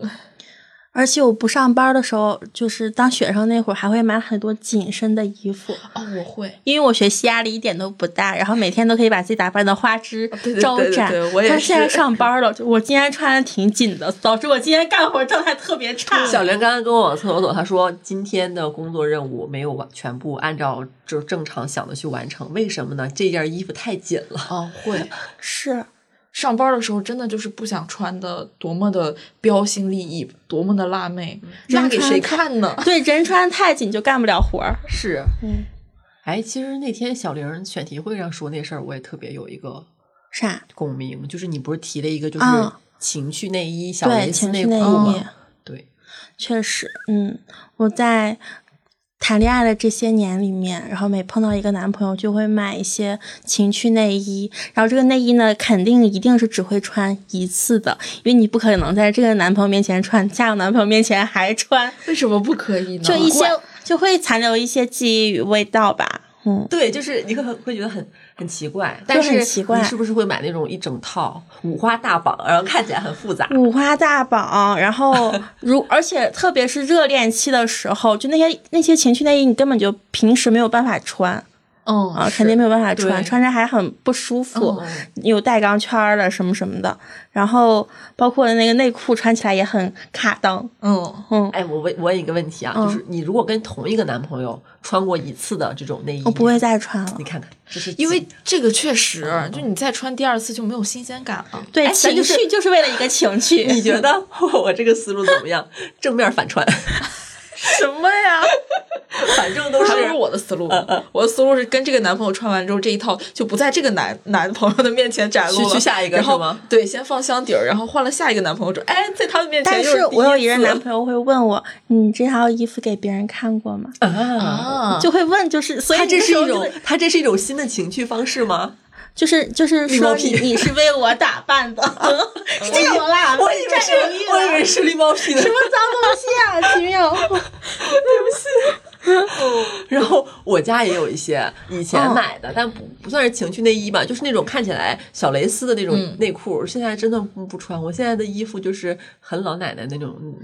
Speaker 3: 而且我不上班的时候，就是当学生那会儿，还会买很多紧身的衣服，
Speaker 2: 哦，我会。
Speaker 3: 因为我学习压力一点都不大，然后每天都可以把自己打扮的花枝
Speaker 2: 哦对对对
Speaker 3: 招展。
Speaker 2: 对对我也
Speaker 3: 但现在
Speaker 2: 是
Speaker 3: 上班了，就我今天穿的挺紧的，导致我今天干活状态特别差。
Speaker 1: 小莲刚刚跟我往厕所走，她说今天的工作任务没有完全部按照就正常想的去完成，为什么呢？这件衣服太紧了。
Speaker 2: 哦，会。
Speaker 3: 是，
Speaker 2: 上班的时候真的就是不想穿的多么的标新立异，多么的辣妹，辣给谁看呢？
Speaker 3: 对，人穿得太紧就干不了活儿。
Speaker 1: 是，
Speaker 3: 嗯，
Speaker 1: 哎，其实那天小玲选题会上说那事儿，我也特别有一个
Speaker 3: 啥？
Speaker 1: 共鸣，就是你不是提了一个就是
Speaker 3: 啊
Speaker 1: 情趣内衣、小蕾
Speaker 3: 对，
Speaker 1: 丝
Speaker 3: 情
Speaker 1: 内
Speaker 3: 绪
Speaker 1: 裤
Speaker 3: 内
Speaker 1: 嘛
Speaker 3: 衣。，
Speaker 1: 对，
Speaker 3: 确实，嗯，我在谈恋爱的这些年里面，然后每碰到一个男朋友，就会买一些情趣内衣。然后这个内衣呢，肯定一定是只会穿一次的，因为你不可能在这个男朋友面前穿，下个男朋友面前还穿，
Speaker 2: 为什么不可以呢？
Speaker 3: 就一些
Speaker 2: 怪
Speaker 3: 就会残留一些记忆与味道吧。嗯，
Speaker 1: 对，就是你会很会觉得很很奇怪，但
Speaker 3: 很
Speaker 1: 是
Speaker 3: 奇怪
Speaker 1: 你是不是会买那种一整套五花大绑，然后看起来很复杂？
Speaker 3: 五花大绑，然后如而且特别是热恋期的时候，就那些那些情趣内衣，你根本就平时没有办法穿。
Speaker 2: 嗯
Speaker 3: 啊，肯定没有办法穿，
Speaker 1: 对
Speaker 3: 穿着还很不舒服，
Speaker 2: 嗯
Speaker 3: 有带钢圈儿的什么什么的，然后包括那个内裤穿起来也很卡裆，
Speaker 2: 嗯，
Speaker 3: 嗯，
Speaker 1: 哎，我问我问一个问题啊，就是你如果跟同一个男朋友穿过一次的这种内衣，
Speaker 3: 我不会，再穿了
Speaker 1: 你。看看，这是
Speaker 2: 因为
Speaker 1: 几
Speaker 2: 这个确实，就你再穿第二次就没有新鲜感了。
Speaker 3: 对，
Speaker 1: 哎咱
Speaker 3: 情
Speaker 1: 就是
Speaker 3: 绪就是为了一个情 绪，
Speaker 1: 你觉得我这个思路怎么样？正面反串，
Speaker 2: 什么呀？
Speaker 1: 反正都
Speaker 2: 还不
Speaker 1: 是
Speaker 2: 是我的思路，
Speaker 3: 嗯
Speaker 2: 我的思路是跟这个男朋友穿完之后，这一套就不在这个男男朋友的面前展露了，
Speaker 1: 去去下一个
Speaker 2: 然后
Speaker 1: 是吗
Speaker 2: 对，先放箱底儿，然后换了下一个男朋友之后，哎，在他的面前
Speaker 3: 但
Speaker 2: 又
Speaker 3: 是
Speaker 2: 第
Speaker 3: 我有
Speaker 2: 一
Speaker 3: 一任
Speaker 2: 次
Speaker 3: 男朋友会问我，你这套衣服给别人看过吗？
Speaker 1: 啊。
Speaker 2: 啊，
Speaker 3: 就会问，就是嗯所以
Speaker 1: 他这
Speaker 3: 那
Speaker 1: 是
Speaker 3: 时候
Speaker 1: 一
Speaker 3: 就
Speaker 1: 种
Speaker 3: 会，
Speaker 1: 他这是一种新的情趣方式吗？
Speaker 3: 就是就是
Speaker 1: 绿帽
Speaker 3: 说
Speaker 1: 屁
Speaker 3: 你你是为我打扮的，是这种啦，
Speaker 1: 我以为是，
Speaker 3: 啊占有欲
Speaker 1: 我以
Speaker 3: 啦
Speaker 1: 为是绿帽屁呢
Speaker 3: 什。么脏东西啊，奇妙。
Speaker 1: 然后我家也有一些以前
Speaker 3: 嗯
Speaker 1: 买的，但不不算是情趣内衣吧，就是那种看起来小蕾丝的那种
Speaker 2: 嗯
Speaker 1: 内裤，现在真的不不穿。我现在的衣服就是很老奶奶那种，嗯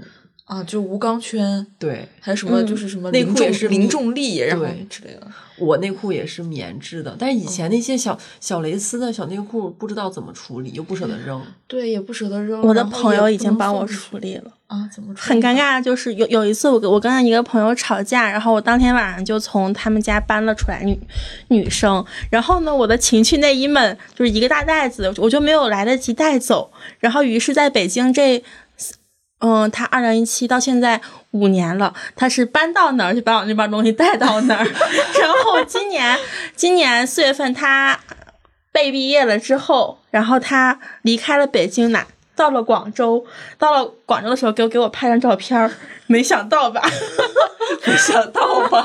Speaker 2: 啊，就无钢圈，
Speaker 1: 对
Speaker 2: 还有什么
Speaker 3: 嗯
Speaker 2: 就是什么
Speaker 1: 内
Speaker 2: 零
Speaker 1: 裤
Speaker 2: 重
Speaker 1: 也是
Speaker 2: 零
Speaker 1: 米
Speaker 2: 重力，然后
Speaker 1: 对
Speaker 2: 之类的。
Speaker 1: 我内裤也是棉质的，但是以前那些小小蕾丝的小内裤不知道怎么处理，又不舍得扔。
Speaker 2: 对，也不舍得扔。
Speaker 3: 我的
Speaker 2: 然后
Speaker 3: 朋
Speaker 2: 也
Speaker 3: 友
Speaker 2: 不
Speaker 3: 已经
Speaker 2: 能
Speaker 3: 帮
Speaker 2: 送
Speaker 3: 我
Speaker 2: 出去
Speaker 3: 处理了。
Speaker 2: 啊，怎么处
Speaker 3: 很
Speaker 2: 理
Speaker 3: 尴
Speaker 2: 呢。
Speaker 3: 尬，就是有有一次我跟我跟一个朋友吵架，然后我当天晚上就从他们家搬了出来女女生，然后呢，我的情趣内衣们就是一个大袋子，我就没有来得及带走，然后于是在北京这，嗯，他二零一七到现在五年了，他是搬到哪儿就把我那包东西带到哪儿， 然后今年今年四月份他被毕业了之后，然后他离开了北京来。到了广州，到了广州的时候，给我给我拍张照片儿，没想到吧？
Speaker 1: 没想到吧？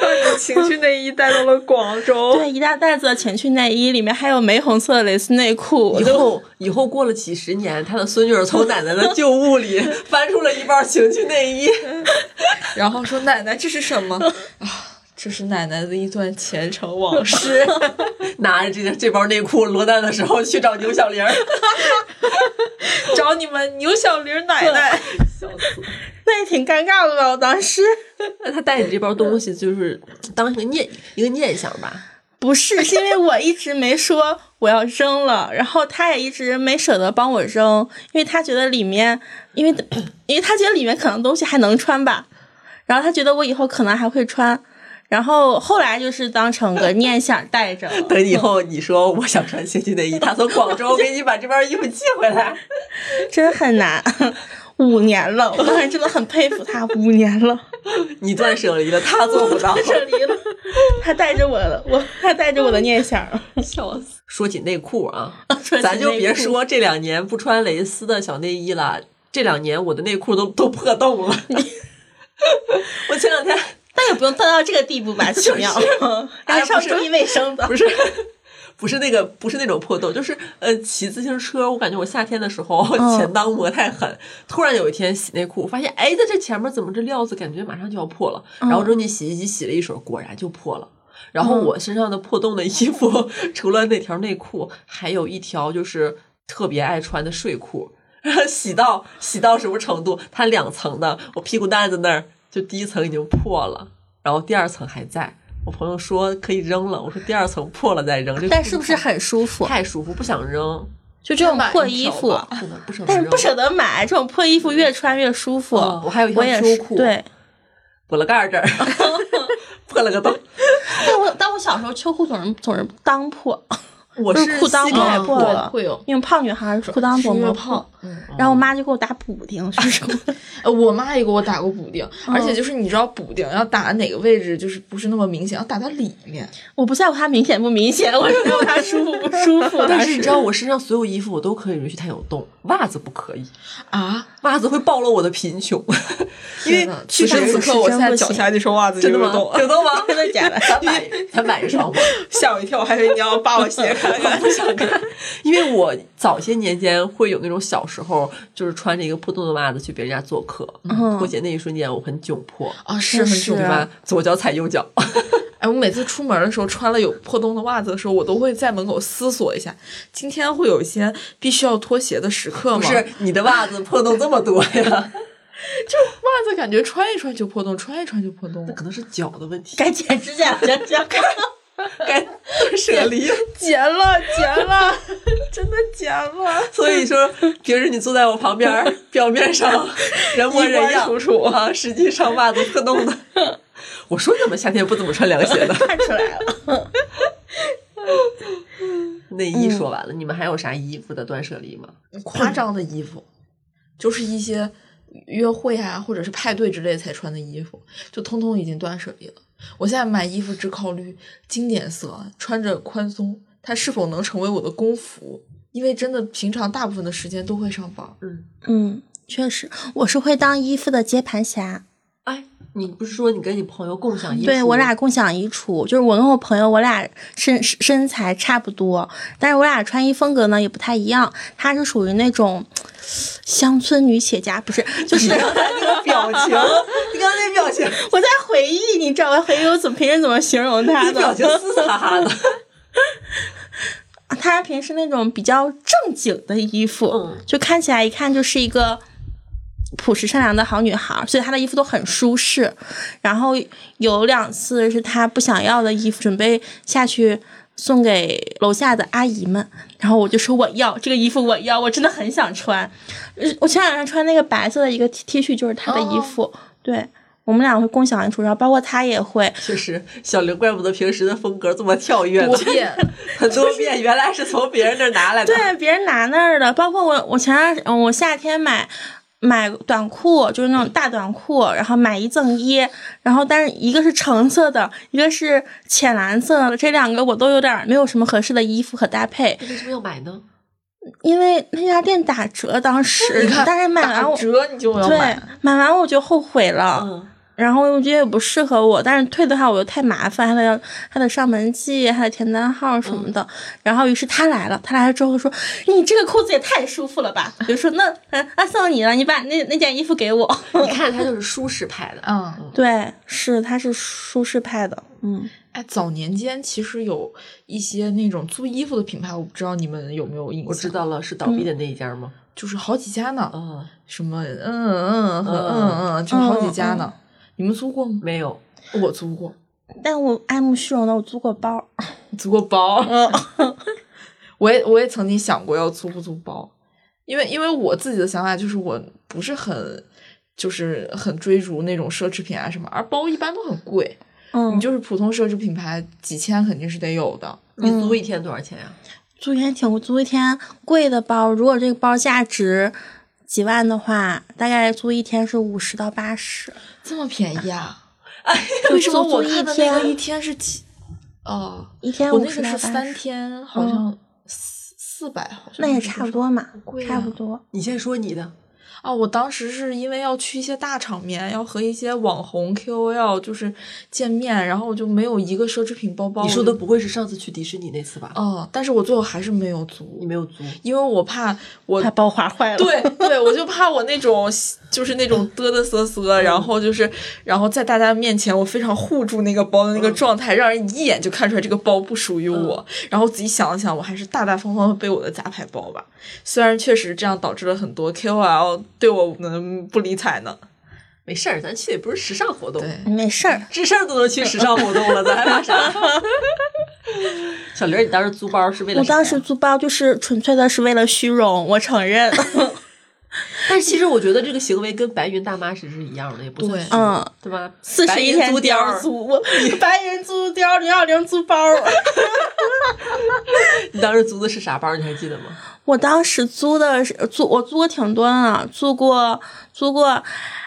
Speaker 2: 情趣内衣带到了广州。
Speaker 3: 对，一大袋子的情趣内衣，里面还有玫红色的蕾丝内裤，我
Speaker 1: 以
Speaker 3: 就
Speaker 1: 后以后过了几十年，他的孙女儿从奶奶的旧物里翻出了一包情趣内衣，
Speaker 2: 然后说奶奶这是什么啊？这是奶奶的一段前尘往事。
Speaker 1: 拿着这这包内裤落单的时候去找牛小玲儿。
Speaker 2: 找你们牛小玲奶奶。
Speaker 3: 那也挺尴尬的吧？我当时
Speaker 1: 那他带你这包东西，就是当一个念一个念想吧。
Speaker 3: 不是，是因为我一直没说我要扔了，然后他也一直没舍得帮我扔，因为他觉得里面，因为因为他觉得里面可能东西还能穿吧，然后他觉得我以后可能还会穿，然后后来就是当成个念想带着了。
Speaker 1: 等以后你说我想穿情趣内衣，他从广州给你把这包衣服寄回来。
Speaker 3: 真很难。五年了，我当时真的很佩服他，五年 了，
Speaker 1: 你断舍离了，他做 不到。
Speaker 3: 这离了， 他带着我了，我他带着我的念想了。
Speaker 1: 笑死！说起内裤啊，
Speaker 3: 说起
Speaker 1: 咱就别
Speaker 3: 内裤
Speaker 1: 说这两年不穿蕾丝的小内衣了，这两年我的内裤都都破洞了。 我前两天
Speaker 3: 但也不用到到这个地步 吧，奇妙，还 是要注意卫生的
Speaker 1: 哎不。是。不是那个，不是那种破洞，就是呃，骑自行车，我感觉我夏天的时候
Speaker 3: 嗯
Speaker 1: 前裆磨太狠，突然有一天洗内裤，发现哎，在这前面怎么这料子感觉马上就要破了，
Speaker 3: 嗯
Speaker 1: 然后扔进洗衣机洗了一水，果然就破了。然后我身上的破洞的衣 服，除了那条内裤，还有一条就是特别爱穿的睡裤。洗到洗到什么程度？它两层的，我屁股蛋子那儿就第一层已经破了，然后第二层还在。我朋友说可以扔了，我说第二层破了再扔。这
Speaker 3: 但是不是很舒服？
Speaker 1: 太舒服？不想扔，
Speaker 3: 就这种
Speaker 2: 买
Speaker 3: 破
Speaker 2: 一
Speaker 3: 衣
Speaker 2: 条
Speaker 3: 服，
Speaker 2: 吧
Speaker 1: 不能不舍得
Speaker 3: 但
Speaker 1: 扔。
Speaker 3: 是不舍得买这种破衣服，越穿越舒服。
Speaker 1: 嗯我还有一条
Speaker 3: 我也
Speaker 1: 秋
Speaker 3: 是
Speaker 1: 裤
Speaker 3: 对，
Speaker 1: 补了盖儿这 儿破了个洞。
Speaker 3: 但我但我小时候秋裤总是总是裆破，
Speaker 1: 我
Speaker 3: 就是裤裆
Speaker 1: 膝盖
Speaker 3: 破
Speaker 1: 破
Speaker 3: 了
Speaker 2: 嗯会有
Speaker 3: 因为胖女孩裤裆
Speaker 2: 是
Speaker 3: 总
Speaker 2: 约
Speaker 3: 磨
Speaker 2: 炮
Speaker 3: 破，，然后我妈就给我打补丁，就是
Speaker 2: 呃，我妈也给我打过补丁，而且就是你知道补丁要打哪个位置，就是不是那么明显，要打到里面。
Speaker 3: 我不在乎它明显不明显，我只在乎它舒服不舒服。
Speaker 1: 但是你知道，我身上所有衣服我都可以允许它有洞，袜子不可以，
Speaker 2: 啊，
Speaker 1: 袜子会暴露我的贫穷。因为去
Speaker 2: 此
Speaker 1: 上次
Speaker 2: 时此
Speaker 1: 课
Speaker 2: 刻，我
Speaker 3: 真
Speaker 2: 现在
Speaker 3: 不
Speaker 2: 脚
Speaker 3: 行
Speaker 2: 下那双袜子
Speaker 1: 真
Speaker 2: 就
Speaker 1: 的
Speaker 2: 有
Speaker 1: 吗？
Speaker 2: 洞，
Speaker 1: 有洞吗？
Speaker 3: 真的假的？
Speaker 1: 咱买咱买一双吧，
Speaker 2: 吓我一跳，我还以为你要 扒我啊鞋看看。
Speaker 1: 不想看。因为我早些年间会有那种小时候就是穿着一个破洞的袜子去别人家做客，
Speaker 3: 嗯
Speaker 1: 脱鞋那一瞬间我很窘迫，
Speaker 2: 啊，是很
Speaker 3: 是
Speaker 2: 久
Speaker 1: 对
Speaker 3: 啊
Speaker 1: 吧？左脚踩右脚，
Speaker 2: 哎，我每次出门的时候穿了有破洞的袜子的时候，我都会在门口思索一下，今天会有一些必须要脱鞋的时刻吗？
Speaker 1: 不是你的袜子破洞这么多 呀？
Speaker 2: 袜子感觉穿一穿就破洞，穿一穿就破洞
Speaker 1: 那
Speaker 2: 了。
Speaker 1: 可能是脚的问题，
Speaker 3: 该剪指甲了，剪指甲。
Speaker 1: 该舍离。
Speaker 2: 剪了，剪了，真的剪了。
Speaker 1: 所以说，平时你坐在我旁边儿，表面 上人模人
Speaker 2: 衣
Speaker 1: 样，
Speaker 2: 冠楚楚
Speaker 1: 啊，实际上袜子破洞的。 我说你怎么夏天不怎么穿凉鞋的？
Speaker 3: 看出来了，
Speaker 1: 内
Speaker 2: 嗯
Speaker 1: 衣说完了，你们还有啥衣服的断舍离吗？
Speaker 2: 夸张的衣服，就是一些约会啊，或者是派对之类才穿的衣服，就通通已经断舍离了。我现在买衣服只考虑经典色，穿着宽松，它是否能成为我的工服？因为真的平常大部分的时间都会上班，
Speaker 3: 嗯，确实，我是会当衣服的接盘侠。
Speaker 1: 哎，你不是说你跟你朋友共享衣服？
Speaker 3: 对我俩共享衣橱，就是我跟我朋友，我俩身身身材差不多，但是我俩穿衣风格呢也不太一样。她是属于那种乡村女企业家，不是，就是
Speaker 1: 刚才那个 表情，你刚才那表情，
Speaker 3: 我在回忆，你知道，我在回忆我怎么平时怎么形容她
Speaker 1: 你 表
Speaker 3: 的。
Speaker 1: 情嘶嘶哈哈的。
Speaker 3: 她啊平时那种比较正经的衣服，
Speaker 1: 嗯
Speaker 3: 就看起来一看就是一个朴实善良的好女孩，所以她的衣服都很舒适。然后有两次是她不想要的衣服，准备下去送给楼下的阿姨们，然后我就说我要这个衣服，我要，我真的很想穿。呃我前两天穿那个白色的一个 T T 恤就是她的衣服，对我们俩会共享衣橱，然后包括她也会，
Speaker 1: 确实，小玲怪不得平时的风格这么跳跃呢，
Speaker 2: 多变。
Speaker 1: 很多变，原来是从别人那儿拿来的。
Speaker 3: 对，别人拿那儿的，包括我，我前段时嗯我夏天买买短裤，就是那种大短裤，然后买一赠一，然后但是一个是橙色的，一个是浅蓝色的，这两个我都有点儿没有什么合适的衣服可搭配，
Speaker 1: 为什么要买呢？
Speaker 3: 因为那家店打折当时，
Speaker 2: 你看，
Speaker 3: 但是买完
Speaker 2: 打
Speaker 3: 我。
Speaker 2: 折你就要
Speaker 3: 对
Speaker 2: 买，，
Speaker 3: 买完我就后悔了，
Speaker 1: 嗯，
Speaker 3: 然后我觉得也不适合我，但是退的话我又太麻烦，还得要还得上门寄，还得填单号什么的。
Speaker 2: 嗯
Speaker 3: 然后于是他来了，他来了之后说：“你这个裤子也太舒服 了吧？”我就说：“那嗯那送你了，你把那那件衣服给我。
Speaker 1: 你看他就是舒适派的，
Speaker 2: 嗯，”
Speaker 3: 对，是他是舒适派的，嗯，
Speaker 2: 哎，早年间其实有一些那种租衣服的品牌，我不知道你们有没有印象？
Speaker 1: 我知，道了，是倒闭的那一家吗？
Speaker 2: 就是好几家呢，
Speaker 1: 啊，
Speaker 2: 什么嗯嗯和
Speaker 1: 嗯
Speaker 2: 嗯嗯，就是好几家呢。你们租过吗？
Speaker 1: 没有，
Speaker 2: 我租过，
Speaker 3: 但我爱慕虚荣的，我租过包，
Speaker 2: 租过包。 我也我也曾经想过要租不租包，因为因为我自己的想法就是我不是很就是很追逐那种奢侈品啊什么，而包一般都很贵，
Speaker 3: 嗯，
Speaker 2: 你就是普通奢侈品牌几千肯定是得有的。
Speaker 1: 你租一天多少钱呀？
Speaker 3: 租一天挺租一天贵的包，如果这个包价值几万的话，大概租一天是五十到八十。
Speaker 2: 这么便宜啊？
Speaker 3: 就
Speaker 2: 为什么
Speaker 3: 租
Speaker 2: 我
Speaker 3: 租
Speaker 2: 看
Speaker 3: 一
Speaker 2: 的那个
Speaker 3: 天
Speaker 2: 一天是几？哦，
Speaker 3: 一天
Speaker 2: 我
Speaker 3: 五
Speaker 2: 那
Speaker 3: 十
Speaker 2: 个
Speaker 3: 到
Speaker 2: 是
Speaker 3: 80
Speaker 2: 三天，好
Speaker 3: 嗯
Speaker 2: 像四四百，好像
Speaker 3: 那也
Speaker 2: 是
Speaker 3: 差
Speaker 2: 多
Speaker 3: 不
Speaker 2: 少
Speaker 3: 多嘛，
Speaker 2: 贵
Speaker 3: 差
Speaker 2: 啊
Speaker 3: 不多。
Speaker 1: 你先说你的，
Speaker 2: 啊！我当时是因为要去一些大场面，要和一些网红 KOL 就是见面，然后我就没有一个奢侈品包包。
Speaker 1: 你
Speaker 2: 我
Speaker 1: 说
Speaker 2: 就
Speaker 1: 的不会是上次去迪士尼那次吧？
Speaker 2: 哦，但是我最后还是没有
Speaker 1: 你
Speaker 2: 租，
Speaker 1: 没有租，
Speaker 2: 因为我怕我
Speaker 3: 怕包划坏了。，
Speaker 2: 对对，我就怕我那种就是那种嘚嘚瑟瑟，然后就是，然后在大家面前，我非常护住那个包的那个状态，让人一眼就看出来这个包不属于我。然后仔细想了想，我还是大大方方的背我的杂牌包吧。虽然确实这样导致了很多 KOL 对我们不理睬呢。
Speaker 1: 没事儿，咱去也不是时尚活动，
Speaker 2: 对，
Speaker 3: 嗯没事儿，
Speaker 1: 这事儿都能去时尚活动了，咱 还怕啥？小玲儿，你当时租包是为了
Speaker 3: 我
Speaker 1: 啥呀
Speaker 3: 当时租包就是纯粹的是为了虚荣，我 承认。
Speaker 1: 但是其实我觉得这个行为跟白云大妈其实是一样的，也不算
Speaker 2: 对
Speaker 1: 虚荣，
Speaker 3: 嗯，
Speaker 1: 对吧？
Speaker 3: 四
Speaker 1: 白
Speaker 3: 十一
Speaker 1: 云
Speaker 3: 天
Speaker 1: 租貂儿，
Speaker 3: 租， 白人租貂，零二零租包。
Speaker 1: 你当时租的是啥包？你还记得吗？
Speaker 3: 我当时租的是租，我租过挺多呢，租过租过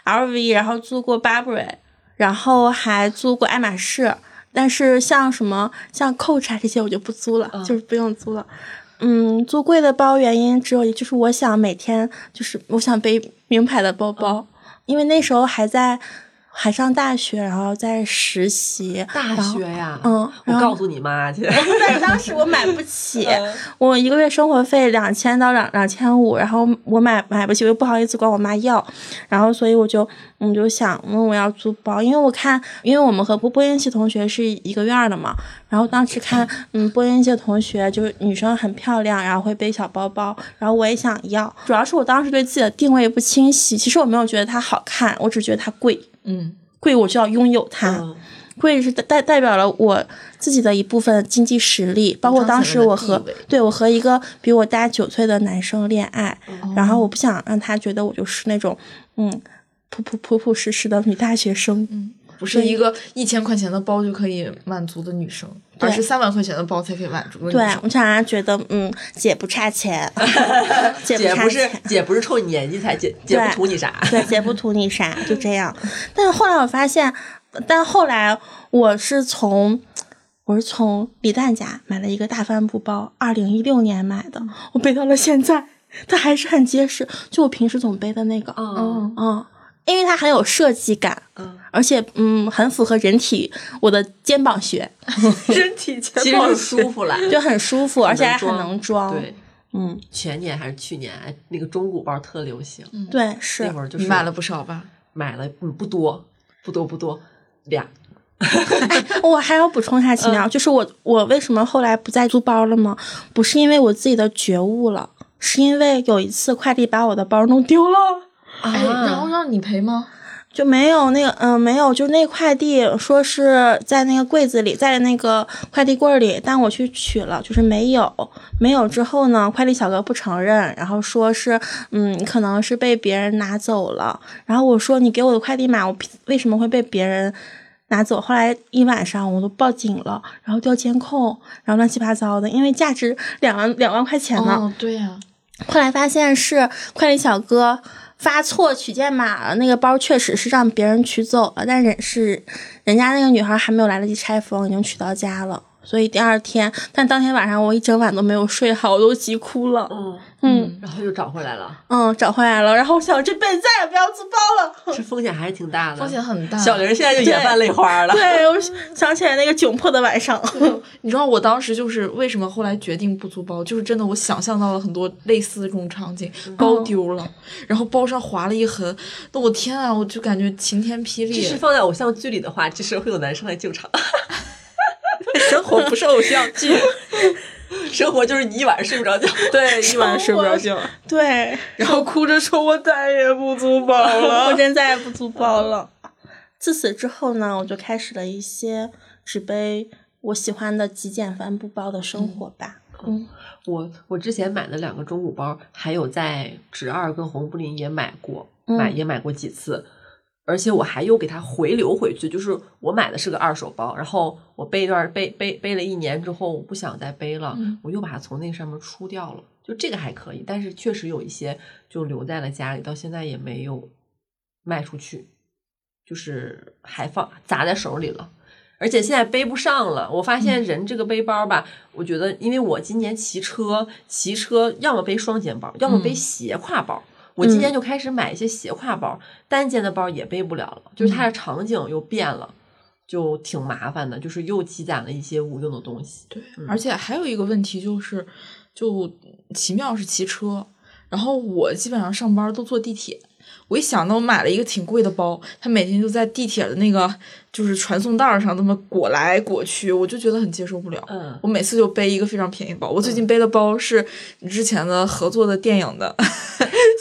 Speaker 3: LV，然后租过 Burberry，然后还租过爱马仕。但是像什么像 Coach 啊这些我就不租了，
Speaker 1: 嗯
Speaker 3: 就是不用租了。嗯，租贵的包原因只有一，就是我想每天就是我想背名牌的包
Speaker 1: 嗯
Speaker 3: 包，因为那时候还在还上大学，然后在实习，
Speaker 1: 大
Speaker 3: 然后
Speaker 1: 学呀，
Speaker 3: 嗯
Speaker 1: 我
Speaker 3: 然后
Speaker 1: 告诉你妈去。
Speaker 3: 但当时我买不起，我一个月生活费两千到两两千五，然后我买买不起，我又不好意思管我妈要，然后所以我就我就想问我要租包，因为我看，因为我们和波波音系同学是一个院儿的嘛，然后当时看，嗯，波音系同学就是女生很漂亮，然后会背小包包，然后我也想要，主要是我当时对自己的定位不清晰，其实我没有觉得它好看，我只觉得它贵，
Speaker 2: 嗯，
Speaker 3: 贵我就要拥有它。
Speaker 1: 嗯
Speaker 3: 贵是代代代表了我自己的一部分经济实力，包括当时我和
Speaker 2: 成长起来的地位
Speaker 3: 对我和一个比我大九岁的男生恋爱，然后我不想让他觉得我就是那种嗯朴朴朴朴实实的女大学生，
Speaker 2: 不是一个一千块钱的包就可以满足的女生，而
Speaker 3: 对
Speaker 2: 是三万块钱的包才可以满足的女
Speaker 3: 对
Speaker 2: 生。
Speaker 3: 我想让他觉得嗯姐不差钱，姐
Speaker 1: 姐
Speaker 3: 差
Speaker 1: 不是
Speaker 3: 钱。
Speaker 1: 姐不是冲你年纪才姐姐不
Speaker 3: 对
Speaker 1: 图你啥，
Speaker 3: 对，姐不图你啥，就这样。但是后来我发现，但后来我是从我是从李诞家买了一个大帆布包，二零一六年买的，我背到了现在，它还是很结实，就我平时总背的那个，
Speaker 2: 哦
Speaker 1: 嗯
Speaker 3: 嗯，因为它很有设计感，
Speaker 1: 嗯，
Speaker 3: 而且嗯，很符合人体我的肩膀穴，
Speaker 2: 身体前
Speaker 1: 其实是舒服了。
Speaker 3: 就很舒服，而且还很
Speaker 1: 装
Speaker 3: 能装，
Speaker 1: 对，
Speaker 3: 嗯，
Speaker 1: 前年还是去年，哎那个中古包特流行，
Speaker 3: 对，是
Speaker 1: 那会儿就
Speaker 2: 你
Speaker 1: 是
Speaker 2: 嗯买了不少吧？
Speaker 1: 买了，嗯，不多，不多不多，俩。
Speaker 3: 我还要补充一下奇妙，就是我我为什么后来不再租包了吗？不是因为我自己的觉悟了，是因为有一次快递把我的包弄丢了，
Speaker 2: 哎，然后让你赔吗？
Speaker 3: 就没有那个嗯、没有，就是那快递说是在那个柜子里，在那个快递柜儿里，但我去取了，就是没有，没有之后呢，快递小哥不承认，然后说是嗯，可能是被别人拿走了，然后我说你给我的快递码，我凭为什么会被别人？拿走。后来一晚上我都报警了，然后调监控，然后乱七八糟的，因为价值两万两万块钱呢。
Speaker 2: 哦，对呀、
Speaker 3: 后来发现是快递小哥发错取件码了，那个包确实是让别人取走了，但人是人家那个女孩还没有来得及拆封，已经取到家了。所以第二天，但当天晚上我一整晚都没有睡好，我都急哭了。
Speaker 1: 嗯，
Speaker 3: 嗯
Speaker 1: 然后又找回来 了，
Speaker 3: 嗯，找回来了。然后我想，这辈子再也不要租包 了。
Speaker 1: 这风险还是挺大的，
Speaker 2: 风险很大。
Speaker 1: 小玲现在就眼泛泪花了。
Speaker 3: 对，我想起来那个窘迫的晚上。
Speaker 2: 你知道我当时就是为什么后来决定不租包，就是真的我想象到了很多类似的这种场景，包丢了，然后包上划了一痕，那我天啊，我就感觉晴天霹
Speaker 1: 这是
Speaker 2: 雳，
Speaker 1: 放在偶像剧里的话，这时候会有男生来救场。
Speaker 2: 生活不是偶像剧，
Speaker 1: 生活就是你一晚上睡不着觉，
Speaker 2: 对，一晚上睡不着觉，
Speaker 3: 对，
Speaker 2: 然后哭着说我再也不租包
Speaker 3: 我
Speaker 2: 了。
Speaker 3: 真再也不租包了。自此之后呢，我就开始了一些只背我喜欢的极简帆布包的生活吧。嗯，
Speaker 1: 我我之前买的两个中古包，还有在侄二跟红布林也买过，
Speaker 3: 嗯
Speaker 1: 买也买过几次，而且我还又给它回流回去，就是我买的是个二手包，然后我背一段背背背了一年之后，我不想再背了，
Speaker 2: 嗯
Speaker 1: 我又把它从那上面出掉了。就这个还可以，但是确实有一些就留在了家里，到现在也没有卖出去，就是还放砸在手里了。而且现在背不上了。我发
Speaker 2: 嗯
Speaker 1: 现人这个背包吧，我觉得，因为我今年骑车，骑车要么背双肩包，要么
Speaker 2: 嗯
Speaker 1: 背斜挎包。我今年就开始买一些斜挎包，单肩的包也背不了了，就是
Speaker 2: 嗯
Speaker 1: 它的场景又变了，就挺麻烦的，就是又积攒了一些无用的东西。
Speaker 2: 对，而且还有一个问题就是，就奇妙是骑车，然后我基本上上班都坐地铁，我一想到我买了一个挺贵的包，它每天就在地铁的那个就是传送带上这么裹来裹去，我就觉得很接受不了。
Speaker 1: 嗯
Speaker 2: 我每次就背一个非常便宜的包。我最近背的包是之前的合作的电影的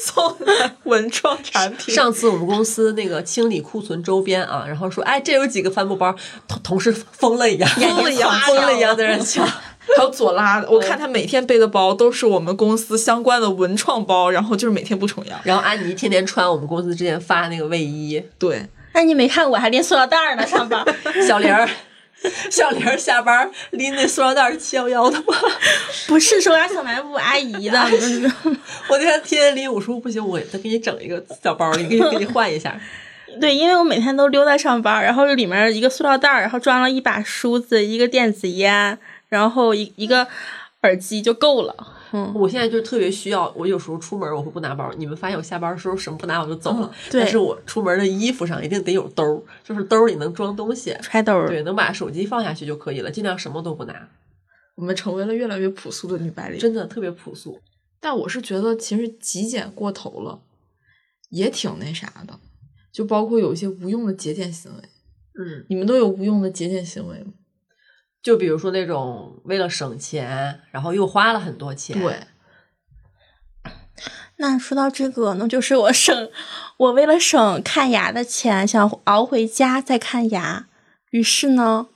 Speaker 2: 送的文创产品。
Speaker 1: 上次我们公司那个清理库存周边啊，然后说，哎，这有几个帆布包，同同事疯了一样，
Speaker 2: 疯了一样
Speaker 1: 疯了一样在那抢。
Speaker 2: 还有左拉的，我看他每天背的包都是我们公司相关的文创包，然后就是每天不重样。
Speaker 1: 然后安妮天天穿我们公司之前发那个卫衣，
Speaker 2: 对，
Speaker 3: 那哎你没看我还拎塑料袋儿呢，上班。
Speaker 1: 小玲儿，小玲儿下班拎那塑料袋儿七幺幺的吗？
Speaker 3: 不是说拉小卖部阿姨的，
Speaker 1: 我那天天天拎，我说不行，我再给你整一个小包，你给你给你换一下。
Speaker 3: 对，因为我每天都溜达上班，然后里面一个塑料袋儿，然后装了一把梳子，一个电子烟，然后一一个耳机就够了。
Speaker 1: 我现在就特别需要，我有时候出门我会不拿包。你们发现我下班的时候什么不拿我就走了，
Speaker 3: 对
Speaker 1: 但是我出门的衣服上一定得有兜儿，就是兜儿里能装东西，
Speaker 3: 揣兜儿，
Speaker 1: 对，能把手机放下去就可以了，尽量什么都不拿，
Speaker 2: 我们成为了越来越朴素的女白领。
Speaker 1: 真的特别朴素。
Speaker 2: 但我是觉得，其实极简过头了，也挺那啥的。就包括有一些无用的节俭行为，
Speaker 1: 嗯，
Speaker 2: 你们都有无用的节俭行为吗？
Speaker 1: 就比如说那种为了省钱，然后又花了很多钱，，
Speaker 2: 对，
Speaker 3: 那说到这个呢，就是我省，我为了省看牙的钱，想熬回家再看牙，于是呢，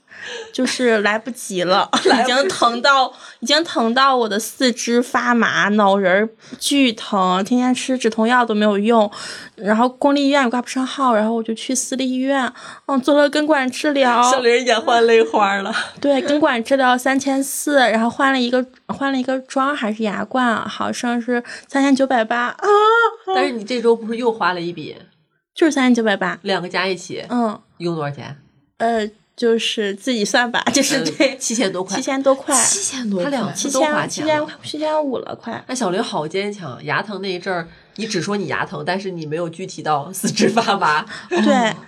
Speaker 3: 就是 来不及了，已经疼到已经疼到我的四肢发麻，脑仁儿巨疼，天天吃止痛药都没有用，然后公立医院也挂不上号，然后我就去私立医院，嗯，做了根管治疗，
Speaker 1: 小玲儿眼眶泪花了。
Speaker 3: 对，根管治疗三千四，然后换了一个换了一个妆还是牙冠啊，好像是三千九百八啊，
Speaker 1: 但是你这周不是又花了一笔，
Speaker 3: 就是三千九百八。
Speaker 1: 两个加一起
Speaker 3: 嗯，
Speaker 1: 一共多少钱？呃
Speaker 3: 呃，就是自己算吧，就是对，
Speaker 1: 七千多块
Speaker 3: 七。千多块，
Speaker 2: 七千多
Speaker 1: 他
Speaker 2: 块，
Speaker 1: 两
Speaker 3: 七
Speaker 1: 都花钱
Speaker 3: 千七
Speaker 1: 了
Speaker 3: 千七千五了，快。
Speaker 1: 那哎小玲好坚强，牙疼那一阵儿，你只说你牙疼，但是你没有具体到四肢发麻。
Speaker 3: 对，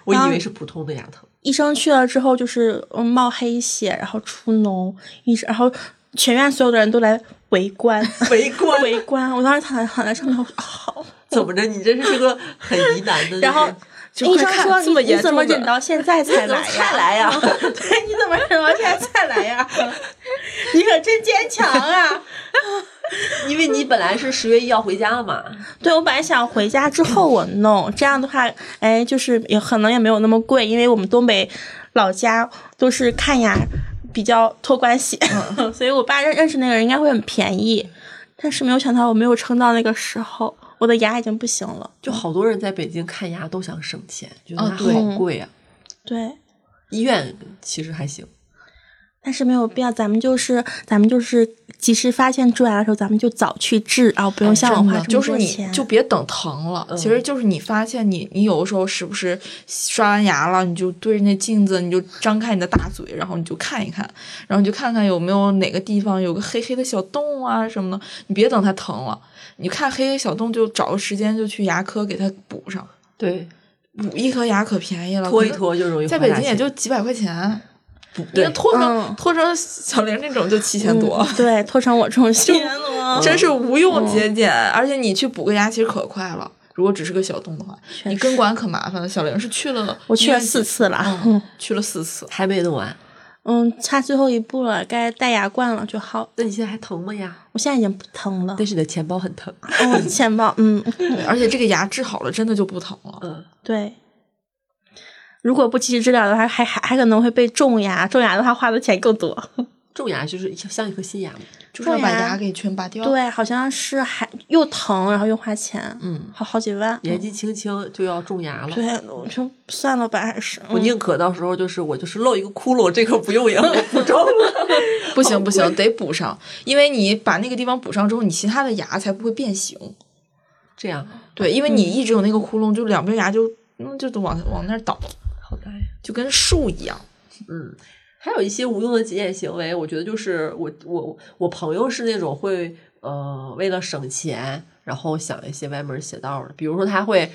Speaker 1: 我
Speaker 3: 然后
Speaker 1: 以为是普通的牙疼。
Speaker 3: 医生去了之后，就是嗯冒黑血，然后出脓，医生，然后全院所有的人都来围观，
Speaker 1: 围观，
Speaker 3: 围观。我当时躺在躺在上面，我说啊好。
Speaker 1: 怎么着？你这是这个很疑难的。就是
Speaker 3: 然后
Speaker 2: 就
Speaker 3: 哎医
Speaker 2: 快
Speaker 3: 生
Speaker 2: 看
Speaker 3: 说
Speaker 2: 这么
Speaker 3: 你
Speaker 2: 严
Speaker 3: 你怎么
Speaker 2: 重的
Speaker 3: 忍到现在才
Speaker 1: 怎么
Speaker 3: 来呀？
Speaker 1: 才来呀？
Speaker 3: 对，你怎么忍到现在才来呀？ 你可真坚强啊！
Speaker 1: 因为你本来是十月一要回家了嘛，
Speaker 3: 对，我本来想回家之后我弄，这样的话，哎，就是也可能也没有那么贵，因为我们东北老家都是看牙比较托关系，
Speaker 2: 嗯
Speaker 3: 所以我爸认认识那个人应该会很便宜。但是没有想到，我没有撑到那个时候，我的牙已经不行了。
Speaker 1: 就好多人在北京看牙都想省钱，觉得
Speaker 2: 啊
Speaker 1: 牙
Speaker 2: 对
Speaker 1: 好贵啊。
Speaker 3: 对，
Speaker 1: 医院其实还行，
Speaker 3: 但是没有必要，咱们就是咱们就是及时发现蛀牙的时候，咱们就早去治啊，不用像我
Speaker 2: 哎真
Speaker 3: 花
Speaker 2: 的
Speaker 3: 这
Speaker 2: 就
Speaker 3: 么
Speaker 2: 是
Speaker 3: 多
Speaker 2: 你
Speaker 3: 钱。
Speaker 2: 就别等疼了，
Speaker 1: 嗯
Speaker 2: 其实就是你发现你你有的时候时不时刷完牙了，你就对着那镜子，你就张开你的大嘴，然后你就看一看，然后你就看看有没有哪个地方有个黑黑的小洞啊什么的，你别等它疼了，你看黑黑小洞就找个时间就去牙科给它补上，
Speaker 1: 对，
Speaker 2: 补一颗牙可便宜了，
Speaker 1: 拖一
Speaker 2: 可能
Speaker 1: 拖就容易
Speaker 2: 在
Speaker 1: 花
Speaker 2: 北
Speaker 1: 大
Speaker 2: 京也
Speaker 1: 钱
Speaker 2: 就几百块钱，你
Speaker 1: 对
Speaker 2: 要。拖成
Speaker 3: 嗯
Speaker 2: 拖成小玲那种就七千多。
Speaker 3: 嗯对，拖成我这种 心了。
Speaker 2: 真是无用节俭，而且你去补个牙其实可快了。如果只是个小洞的话，你根管可麻烦了。小玲是去了，
Speaker 3: 我去
Speaker 2: 医
Speaker 3: 了
Speaker 2: 院几
Speaker 3: 四次了
Speaker 2: 嗯，去了四次。
Speaker 1: 还没弄完，
Speaker 3: 嗯，差最后一步了，该戴牙冠了就好。
Speaker 1: 那你现在还疼吗呀？
Speaker 3: 我现在已经不疼了。
Speaker 1: 但是你的钱包很疼。
Speaker 3: 哦，钱包，嗯，
Speaker 2: 对，而且这个牙治好了，真的就不疼了。
Speaker 1: 嗯，
Speaker 3: 对。如果不及时治疗的话，还还还可能会被种牙，种牙的话花的钱更多。
Speaker 1: 种牙就是像一颗新牙嘛。
Speaker 2: 就是要把
Speaker 3: 对呀
Speaker 2: 牙给全拔掉。，
Speaker 3: 对，好像是还又疼，然后又花钱，
Speaker 1: 嗯，
Speaker 3: 好好几万。
Speaker 1: 年纪轻轻就要种牙了。
Speaker 3: 对，我就算了吧，还是
Speaker 1: 我
Speaker 3: 嗯
Speaker 1: 宁可到时候就是我就是露一个窟窿，这个不用也我不种了。
Speaker 2: 不
Speaker 3: 哦
Speaker 2: 行不行，得补上，因为你把那个地方补上之后，你其他的牙才不会变形。
Speaker 1: 这样
Speaker 2: 对，因为
Speaker 3: 嗯
Speaker 2: 你一直有那个窟窿，就两边牙就嗯就都往往那儿倒，
Speaker 1: 好难呀。
Speaker 2: 就跟树一样。
Speaker 1: 嗯，还有一些无用的节俭行为，我觉得就是我我我朋友是那种会呃为了省钱，然后想一些歪门邪道的，比如说她会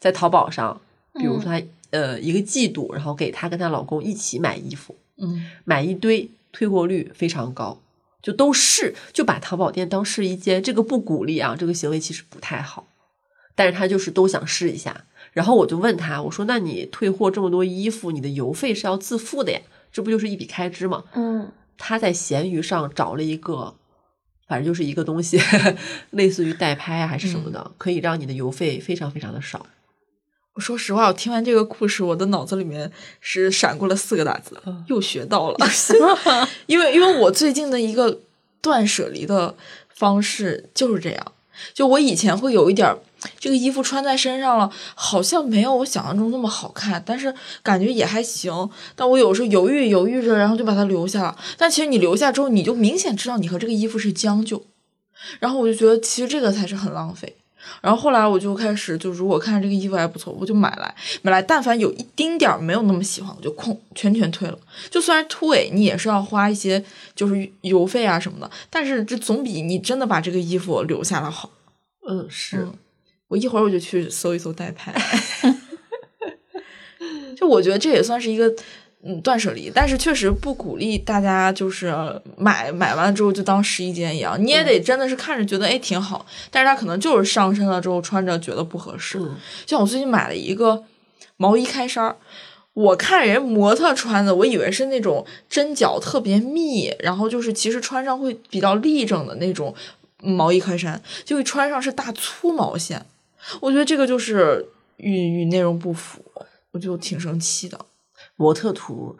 Speaker 1: 在淘宝上，比如说她、呃一个季度，然后给她跟她老公一起买衣服，
Speaker 2: 嗯，
Speaker 1: 买一堆，退货率非常高。就都试，就把淘宝店当试衣间，这个不鼓励啊，这个行为其实不太好。但是他就是都想试一下。然后我就问他，我说：“那你退货这么多衣服，你的邮费是要自付的呀？这不就是一笔开支吗？”
Speaker 3: 嗯，
Speaker 1: 他在闲鱼上找了一个，反正就是一个东西， 类似于代拍啊还是什么的，
Speaker 2: 嗯
Speaker 1: 可以让你的邮费非常非常的少。
Speaker 2: 我说实话，我听完这个故事，我的脑子里面是闪过了四个大字
Speaker 1: 嗯，
Speaker 2: 又学到了。因为因为我最近的一个断舍离的方式就是这样，就我以前会有一点儿，这个衣服穿在身上了，好像没有我想象中那么好看，但是感觉也还行。但我有时候犹豫犹豫着，然后就把它留下了。但其实你留下之后，你就明显知道你和这个衣服是将就，然后我就觉得其实这个才是很浪费。然后后来我就开始，就如果看着这个衣服还不错，我就买来买来。但凡有一丁点儿没有那么喜欢，我就空全全退了。就虽然突尾你也是要花一些就是邮费啊什么的，但是这总比你真的把这个衣服留下来好。
Speaker 1: 嗯，是
Speaker 2: 嗯我一会儿我就去搜一搜代拍， 就我觉得这也算是一个嗯断舍离，但是确实不鼓励大家就是买买完了之后就当试衣间一样，你也得真的是看着觉得哎挺好，但是它可能就是上身了之后穿着觉得不合适。
Speaker 1: 嗯
Speaker 2: 像我最近买了一个毛衣开衫儿。我看人模特穿的，我以为是那种针脚特别密，然后就是其实穿上会比较立正的那种毛衣开衫，结果穿上是大粗毛线，我觉得这个就是与与内容不符，我就挺生气的。
Speaker 1: 模特图，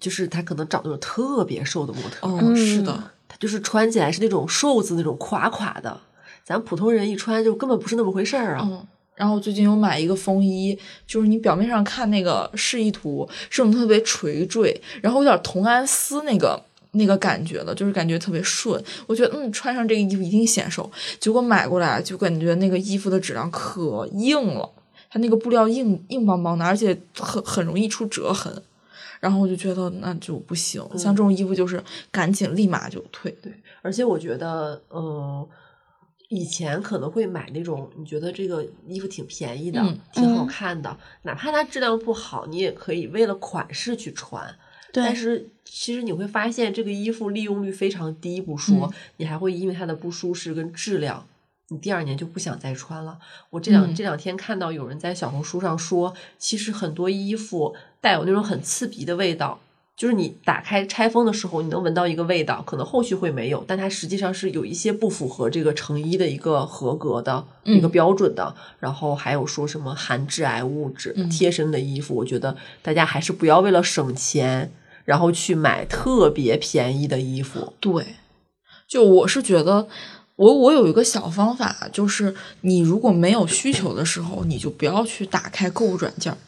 Speaker 1: 就是他可能找那种特别瘦的模特，
Speaker 2: 哦，
Speaker 3: 嗯
Speaker 2: 是的，
Speaker 1: 他就是穿起来是那种瘦子那种垮垮的，咱普通人一穿就根本不是那么回事儿啊。
Speaker 2: 嗯。然后我最近有买一个风衣，就是你表面上看那个示意图是那种特别垂坠，然后有点童安丝那个那个感觉的，就是感觉特别顺。我觉得嗯，穿上这个衣服一定显瘦。结果买过来就感觉那个衣服的质量可硬了，它那个布料硬硬邦邦的，而且很很容易出折痕。然后我就觉得那就不行，像这种衣服就是赶紧立马就退。
Speaker 1: 而且我觉得，嗯，以前可能会买那种你觉得这个衣服挺便宜的、
Speaker 2: 嗯
Speaker 1: 挺好
Speaker 3: 嗯
Speaker 1: 看的，哪怕它质量不好，你也可以为了款式去穿。
Speaker 3: 对，
Speaker 1: 但是其实你会发现，这个衣服利用率非常低不
Speaker 3: 嗯
Speaker 1: 说，你还会因为它的不舒适跟质量，你第二年就不想再穿了。我这两、
Speaker 2: 嗯
Speaker 1: 这两天看到有人在小红书上说，其实很多衣服带有那种很刺鼻的味道。就是你打开拆封的时候，你能闻到一个味道，可能后续会没有，但它实际上是有一些不符合这个成衣的一个合格的、一个
Speaker 2: 嗯
Speaker 1: 标准的。然后还有说什么含致癌物质、
Speaker 2: 嗯
Speaker 1: 贴身的衣服，我觉得大家还是不要为了省钱，然后去买特别便宜的衣服。
Speaker 2: 对，就我是觉得，我我有一个小方法，就是你如果没有需求的时候，你就不要去打开购物软件儿。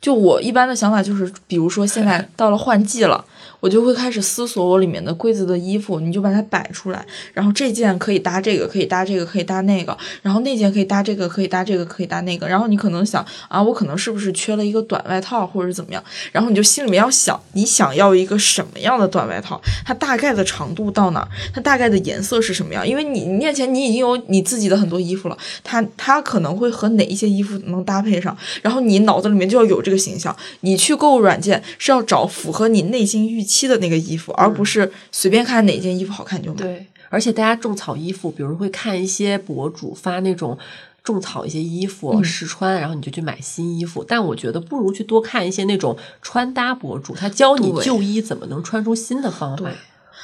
Speaker 2: 就我一般的想法就是，比如说现在到了换季了，我就会开始思索我里面的柜子的衣服，你就把它摆出来，然后这件可以搭这个，可以搭这个，可以搭那个，然后那件可以搭这个，可以搭这个，可以搭那个，然后你可能想啊，我可能是不是缺了一个短外套或者是怎么样，然后你就心里面要想，你想要一个什么样的短外套，它大概的长度到哪儿，它大概的颜色是什么样？因为你面前你已经有你自己的很多衣服了，它它可能会和哪一些衣服能搭配上，然后你脑子里面就要有这个形象。你去购物软件是要找符合你内心预期的那个衣服，而不是随便看哪件衣服好看就买。
Speaker 1: 对，而且大家种草衣服，比如会看一些博主发那种种草一些衣服
Speaker 2: 嗯
Speaker 1: 试穿，然后你就去买新衣服。但我觉得不如去多看一些那种穿搭博主，他教你
Speaker 2: 对
Speaker 1: 旧衣怎么能穿出新的方法
Speaker 2: 对。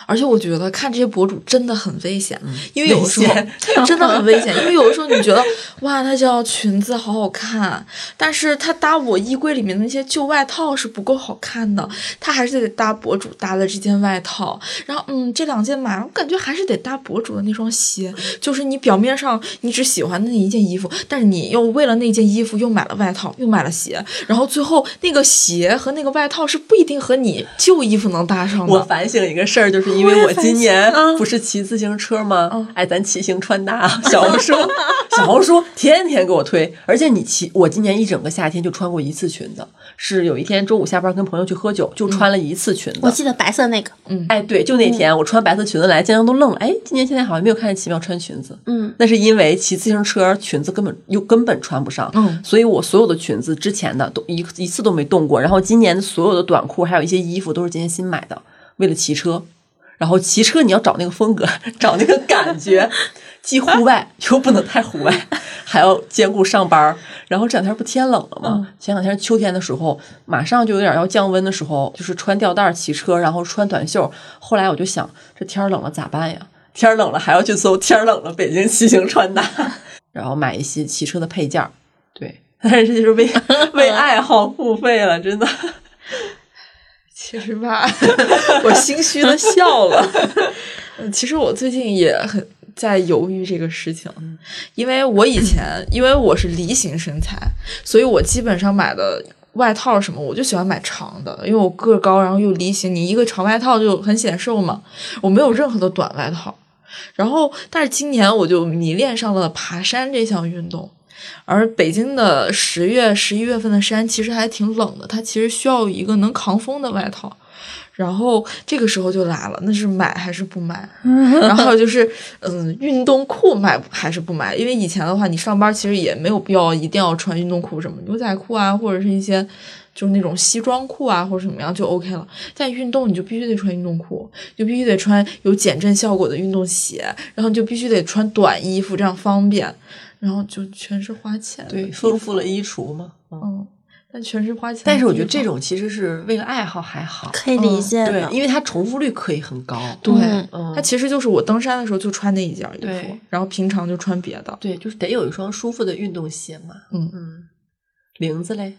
Speaker 2: 而且我觉得看这些博主真的很危险，因为有的时
Speaker 1: 嗯危险
Speaker 2: 候 真的很危险，因为有的时候你觉得哇，她这条裙子好好看，但是她搭我衣柜里面的那些旧外套是不够好看的，她还是得搭博主搭的这件外套。然后嗯，这两件买了，我感觉还是得搭博主的那双鞋。就是你表面上你只喜欢那一件衣服，但是你又为了那件衣服又买了外套，又买了鞋，然后最后那个鞋和那个外套是不一定和你旧衣服能搭上的。
Speaker 1: 我反省一个事儿，就是因
Speaker 2: 我
Speaker 1: 为
Speaker 2: 也
Speaker 1: 我
Speaker 2: 反
Speaker 1: 今
Speaker 2: 省
Speaker 1: 年
Speaker 2: 啊
Speaker 1: 不是骑自行车吗？
Speaker 2: 嗯
Speaker 1: 哎，咱骑行穿搭啊，小红 书，小红书天天给我推。而且你骑，我今年一整个夏天就穿过一次裙子，是有一天中午下班跟朋友去喝酒，就
Speaker 2: 嗯
Speaker 1: 穿了一次裙子。
Speaker 3: 我记得白色那个，
Speaker 1: 哎，对，就那天我穿白色裙子来，江江都愣了。哎，今年现在好像没有看见奇妙穿裙子。
Speaker 3: 嗯，
Speaker 1: 那是因为骑自行车裙子根本又根本穿不上，
Speaker 2: 嗯
Speaker 1: 所以我所有的裙子之前的都一一次都没动过，然后今年所有的短裤还有一些衣服都是今年新买的，为了骑车，然后骑车你要找那个风格，找那个感觉，既户外又不能太户外，还要兼顾上班儿。然后这两天不天冷了吗？前两天秋天的时候，马上就有点要降温的时候，就是穿吊带儿骑车，然后穿短袖。后来我就想，这天儿冷了咋办呀？天儿冷了还要去搜天儿冷了北京骑行穿搭，然后买一些骑车的配件儿。对，但是这就是为为爱好付费了，真的。
Speaker 2: 其实吧， 我心虚的笑了。嗯其实我最近也很在犹豫这个事情，因为我以前因为我是梨形身材，所以我基本上买的外套什么，我就喜欢买长的，因为我个儿高，然后又梨形，你一个长外套就很显瘦嘛。我没有任何的短外套。然后，但是今年我就迷恋上了爬山这项运动。而北京的十月、十一月份的山其实还挺冷的，它其实需要一个能抗风的外套。然后这个时候就来了，那是买还是不买？然后还有就是，嗯，运动裤买还是不买？因为以前的话，你上班其实也没有必要一定要穿运动裤什么，牛仔裤啊，或者是一些就是那种西装裤啊，或者怎么样就 OK 了。但运动你就必须得穿运动裤，就必须得穿有减震效果的运动鞋，然后你就必须得穿短衣服，这样方便。然后就全是花钱的地
Speaker 1: 对，
Speaker 2: 方，
Speaker 1: 丰富了衣橱嘛。嗯
Speaker 2: 嗯，但全是花钱。
Speaker 1: 但是我觉得这，种其实是为了爱好还好，
Speaker 3: 可以理解
Speaker 1: 对
Speaker 3: 的，，
Speaker 1: 因为它重复率可以很高。
Speaker 2: 对，
Speaker 3: 嗯
Speaker 1: 嗯
Speaker 2: 它，其实就是我登山的时候就穿那一件衣服
Speaker 1: 对，
Speaker 2: 然后平常就穿别的。
Speaker 1: 对，就是得有一双舒服的运动鞋嘛。
Speaker 2: 嗯
Speaker 1: 嗯，玲子嘞，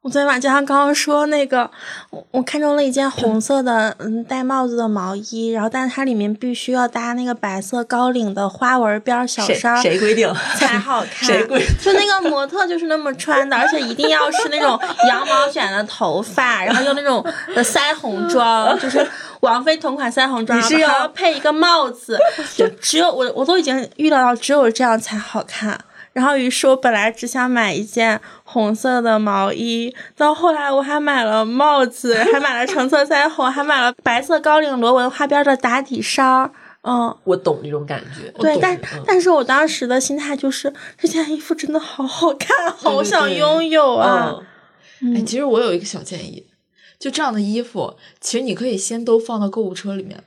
Speaker 3: 我昨天晚上刚刚说那个，我我看中了一件红色的，嗯，戴帽子的毛衣，然后但是它里面必须要搭那个白色高领的花纹边儿小
Speaker 1: 谁
Speaker 3: 衫儿
Speaker 1: 谁规定？
Speaker 3: 才好看。
Speaker 1: 谁规定？
Speaker 3: 就那个模特就是那么穿的， 而且一定要是那种羊毛卷的头发，然后用那种呃腮红 妆，就是王菲同款腮红妆，
Speaker 1: 你是
Speaker 3: 然后
Speaker 1: 要
Speaker 3: 还要配一个帽 子，就只有我我都已经预料到只有这样才好看。然后于是我本来只想买一件红色的毛衣，到后来我还买了帽子，还买了橙色腮红，还买了白色高领螺纹花边的打底衫儿，嗯。
Speaker 1: 我懂这种感觉。我
Speaker 3: 对，
Speaker 1: 懂
Speaker 3: 但
Speaker 1: 嗯
Speaker 3: 但是我当时的心态就是，这件衣服真的好好看，啊好
Speaker 1: 对
Speaker 3: 想
Speaker 1: 对
Speaker 3: 拥有啊！
Speaker 1: 嗯，
Speaker 2: 哎，其实我有一个小建议，就这样的衣服，其实你可以先都放到购物车里面，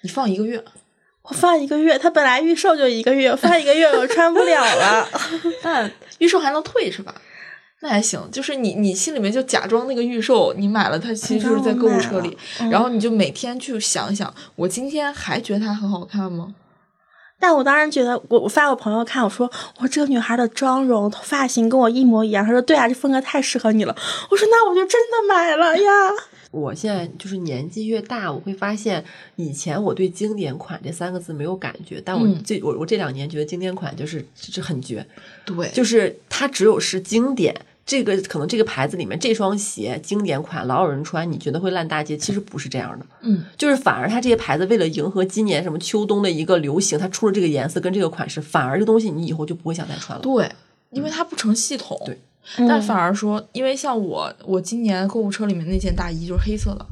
Speaker 2: 你放一个月。
Speaker 3: 我放一个月，它本来预售就一个月，放一个月我穿不 了了。
Speaker 2: 但预售还能退是吧？那还行，就是你你心里面就假装那个预售你买了，它其实就是在购物车里，然后你就每天去想一想，我今天还觉得它很好看吗？
Speaker 3: 但我当时觉得，我我发给我朋友看，我说我这个女孩的妆容、发型跟我一模一样。他说对啊，这风格太适合你了。我说那我就真的买了呀。
Speaker 1: 我现在就是年纪越大，我会发现以前我对经典款这三个字没有感觉，但我
Speaker 2: 嗯
Speaker 1: 这、我我这两年觉得经典款就是这很绝，
Speaker 2: 对，
Speaker 1: 就是它只有是经典。这个可能这个牌子里面这双鞋经典款老有人穿，你觉得会烂大街，其实不是这样的，
Speaker 2: 嗯，
Speaker 1: 就是反而它这些牌子为了迎合今年什么秋冬的一个流行，它出了这个颜色跟这个款式，反而这东西你以后就不会想再穿了。
Speaker 2: 对，因为它不成系统。
Speaker 1: 对
Speaker 3: 嗯
Speaker 2: 但反而说，因为像我，我今年购物车里面那件大衣就是黑色的，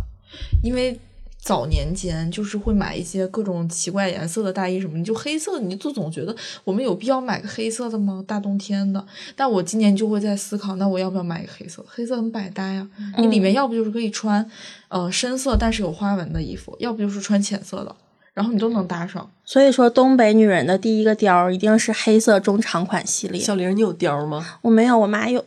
Speaker 2: 因为早年间就是会买一些各种奇怪颜色的大衣什么，你就黑色，你就总觉得我们有必要买个黑色的吗？大冬天的。但我今年就会在思考，那我要不要买一个黑色的？黑色很百搭呀，
Speaker 3: 嗯
Speaker 2: 你里面要不就是可以穿，呃，深色但是有花纹的衣服，要不就是穿浅色的，然后你都能搭上。
Speaker 3: 所以说，东北女人的第一个貂儿一定是黑色中长款系列。
Speaker 1: 小玲儿，你有貂儿 吗？
Speaker 3: 我没有，我妈有。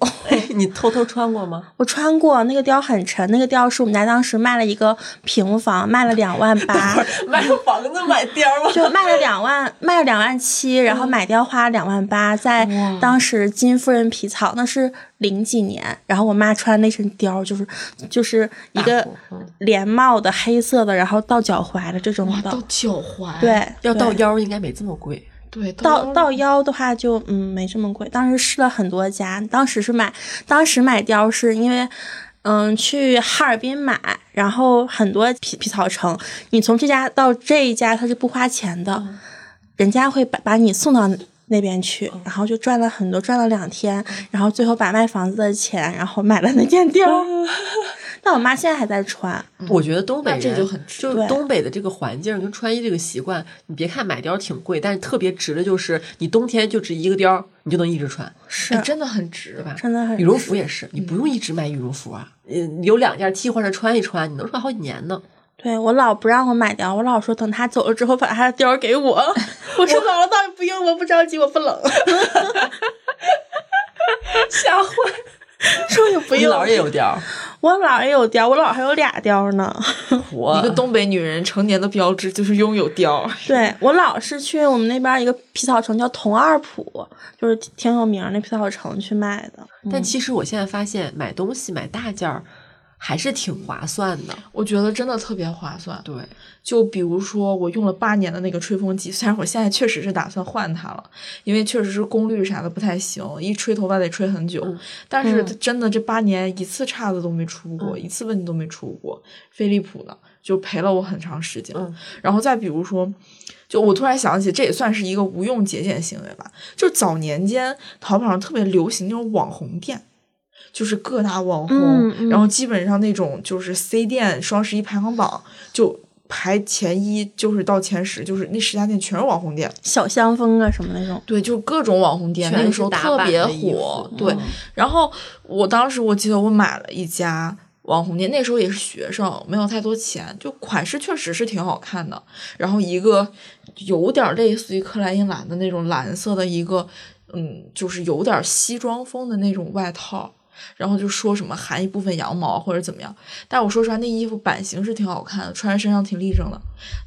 Speaker 1: 你偷偷穿过吗？
Speaker 3: 我穿过那个貂很沉，那个貂是我们家当时卖了一个平房，卖了两万八，
Speaker 1: 买个房子买貂儿吗？
Speaker 3: 就卖了两万，卖了两万七，然后买貂花两万八，在当时金夫人皮草，那是零几年，然后我妈穿那身貂就是就是一个连帽的黑色的，然后到脚踝的这种
Speaker 2: 哇，
Speaker 3: 的
Speaker 2: 到，脚踝。
Speaker 3: 对，
Speaker 1: 要到
Speaker 3: 对
Speaker 1: 腰儿应该没这么贵。
Speaker 2: 对，到
Speaker 3: 到到腰的话就嗯没这么贵，当时试了很多家，当时是买，当时买貂是因为。嗯，去哈尔滨买，然后很多皮皮草城，你从这家到这一家，它是不花钱的，人家会把把你送到那边去，然后就赚了很多，赚了两天，然后最后把卖房子的钱，然后买了那件貂。 但我妈现在还在穿，
Speaker 1: 我觉得东北
Speaker 2: 嗯那
Speaker 1: 人
Speaker 2: 这就很值
Speaker 1: 就
Speaker 3: 对
Speaker 1: 东北的这个环境跟穿衣这个习惯，你别看买貂儿挺贵，但是特别值的就是你冬天就值一个貂儿，你就能一直穿，
Speaker 3: 是、
Speaker 2: 哎，真的很值
Speaker 1: 对吧？
Speaker 3: 真的很
Speaker 1: 羽绒服也是，你不用
Speaker 2: 嗯
Speaker 1: 一直买羽绒服啊，嗯，有两件替换着穿一穿，你能穿好几年呢。
Speaker 3: 对我老不让我买貂，我老说等他走了 之后把他的貂儿给我。我说姥姥倒也不用，我不着急，我不冷。
Speaker 1: 吓坏。
Speaker 3: 说也不
Speaker 1: 你
Speaker 3: 用，
Speaker 1: 姥儿也有貂儿，
Speaker 3: 我姥儿也有貂，我姥儿还有俩貂呢。
Speaker 1: 我
Speaker 2: 一个东北女人成年的标志就是拥有貂。
Speaker 3: 对我姥是去我们那边一个皮草城叫同二铺，就是挺有名儿那皮草城去卖的。
Speaker 2: 嗯
Speaker 1: 但其实我现在发现，买东西买大件儿还是挺划算的。
Speaker 2: 我觉得真的特别划算。
Speaker 1: 对，
Speaker 2: 就比如说我用了八年的那个吹风机，虽然我现在确实是打算换它了，因为确实是功率啥的不太行，一吹头发得吹很久。
Speaker 1: 嗯
Speaker 2: 但是
Speaker 3: 嗯
Speaker 2: 真的这八年一次岔子都没出过，
Speaker 1: 嗯
Speaker 2: 一次问题都没出过，飞利浦的就陪了我很长时间。
Speaker 1: 嗯
Speaker 2: 然后再比如说，就我突然想起，这也算是一个无用节俭行为吧。就是早年间淘宝上特别流行那种网红店。就是各大网红，
Speaker 3: 嗯嗯
Speaker 2: 然后基本上那种就是 C 店双十一排行榜就排前一，就是到前十，就是那十家店全是网红店。
Speaker 3: 小香风啊什么那种，
Speaker 2: 对，就各种网红店，那个时候特别火。对，然后我当时我记得我买了一家网红店，那时候也是学生，没有太多钱，就款式确实是挺好看的。然后一个有点类似于克莱因蓝的那种蓝色的一个，嗯，就是有点西装风的那种外套。然后就说什么含一部分羊毛或者怎么样，但我说实话，那衣服版型是挺好看的，穿在身上挺立正的。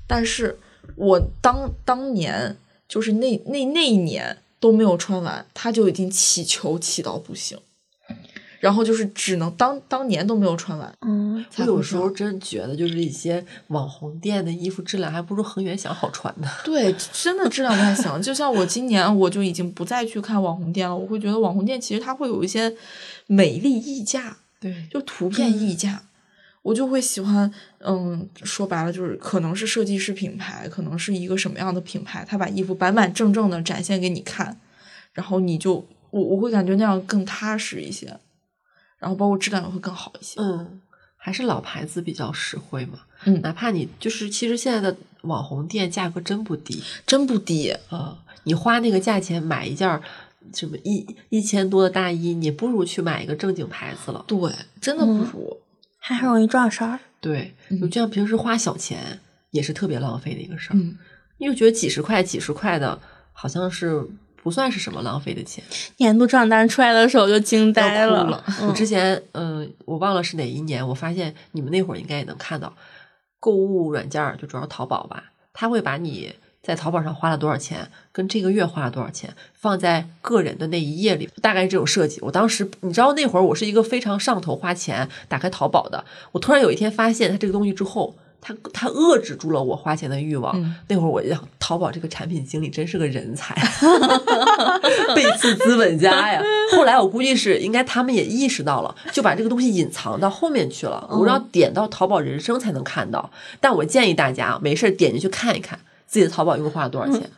Speaker 2: 但是我当当年就是那那那一年都没有穿完，他就已经乞求乞到不行，然后就是只能当当年都没有穿完。
Speaker 3: 嗯，
Speaker 1: 我
Speaker 2: 才
Speaker 1: 有
Speaker 2: 会
Speaker 1: 时
Speaker 2: 上
Speaker 1: 候真觉得，就是一些网红店的衣服质量还不如恒源祥好穿呢。
Speaker 2: 对，真的质量不太行。就像我今年我就已经不再去看网红店了，我会觉得网红店其实它会有一些美丽溢价，
Speaker 1: 对，
Speaker 2: 就图片溢价。我就会喜欢，嗯，说白了就是，可能是设计师品牌，可能是一个什么样的品牌，他把衣服板板正正的展现给你看，然后你就我我会感觉那样更踏实一些，然后包括质量也会更好一些。
Speaker 1: 嗯，还是老牌子比较实惠嘛。
Speaker 2: 嗯
Speaker 1: 哪怕你就是，其实现在的网红店价格真不低
Speaker 2: 真不低，
Speaker 1: 啊、你花那个价钱买一件儿什么一一千多的大衣，你不如去买一个正经牌子了。
Speaker 2: 对，真的不
Speaker 3: 嗯
Speaker 2: 如。
Speaker 3: 还很容易撞衫儿。
Speaker 1: 对，
Speaker 2: 嗯
Speaker 1: 就像平时花小钱也是特别浪费的一个事儿，
Speaker 2: 嗯，
Speaker 1: 因为觉得几十块、几十块的，好像是不算是什么浪费的钱。
Speaker 3: 年度账单出来的时候就惊呆
Speaker 1: 要哭
Speaker 3: 了
Speaker 1: 了。我之前，嗯、我忘了是哪一年，我发现你们那会儿应该也能看到，购物软件儿就主要淘宝吧，它会把你在淘宝上花了多少钱，跟这个月花了多少钱，放在个人的那一页里，大概是这种设计。我当时，你知道那会儿我是一个非常上头花钱打开淘宝的，我突然有一天发现它这个东西之后。它它遏制住了我花钱的欲望。
Speaker 2: 嗯
Speaker 1: 那会儿我就想，淘宝这个产品经理真是个人才。 背刺资本家呀。后来我估计是应该他们也意识到了，就把这个东西隐藏到后面去
Speaker 2: 嗯
Speaker 1: 了，我要点到淘宝人生才能看到。但我建议大家啊没事儿点进去看一看自己的淘宝一共花了多少钱。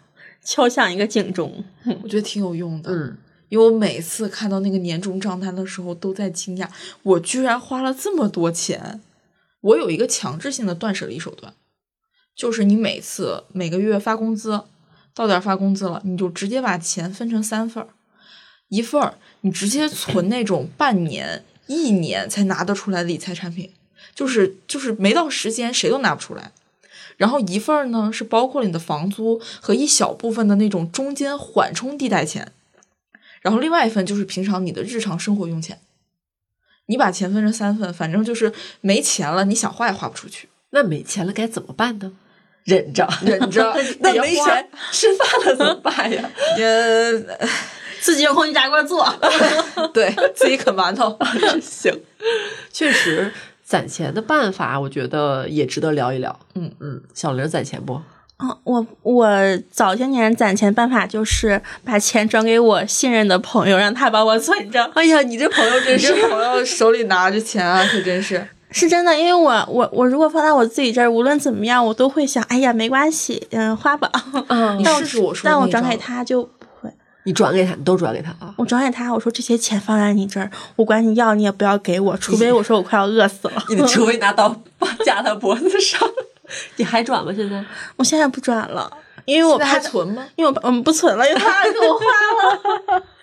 Speaker 3: 敲响一个警钟，
Speaker 2: 我觉得挺有用的。
Speaker 1: 嗯，
Speaker 2: 因为我每次看到那个年终账单的时候，都在惊讶，我居然花了这么多钱。我有一个强制性的断舍离手段，就是你每次每个月发工资，到点儿发工资了，你就直接把钱分成三份儿，一份儿你直接存那种半年、一年才拿得出来的理财产品，就是就是没到时间谁都拿不出来。然后一份儿呢是包括了你的房租和一小部分的那种中间缓冲地带钱，然后另外一份就是平常你的日常生活用钱。你把钱分成三份，反正就是没钱了，你想花也花不出去。
Speaker 1: 那没钱了该怎么办呢？忍着，
Speaker 2: 忍着
Speaker 1: 那
Speaker 2: 别
Speaker 1: 没
Speaker 2: 花
Speaker 1: 钱吃饭了怎么办呀？
Speaker 2: 呃，
Speaker 3: 自己用空气炸锅做。
Speaker 2: 对自己啃馒 头，
Speaker 1: 行，确实攒钱的办法，我觉得也值得聊一聊。
Speaker 2: 嗯
Speaker 1: 嗯，小玲儿攒钱不？
Speaker 3: 啊，我我早些年攒钱办法就是把钱转给我信任的朋友，让他帮我存着。
Speaker 1: 哎呀，你这朋友真
Speaker 2: 你这朋友手里拿着钱啊，可真是。
Speaker 3: 是真的，因为我我我如果放在我自己这儿，无论怎么样，我都会想，哎呀，没关系，嗯，花吧。
Speaker 1: 嗯
Speaker 2: 你
Speaker 3: 但我
Speaker 2: 试试我说的
Speaker 3: 但我
Speaker 2: 那一招
Speaker 3: 转给他就不会，
Speaker 1: 你转给他，你都转给他啊？
Speaker 3: 我转给他，我说这些钱放在你这儿，我管你要，你也不要给我，除非我说我快要饿 死了。
Speaker 1: 你得除非拿 刀架他脖子上， 你还转吗？现在？
Speaker 3: 我现在不转了，因为我
Speaker 2: 现在还
Speaker 3: 怕，
Speaker 2: 存吗？
Speaker 3: 因为我我们不存了，因为他给我花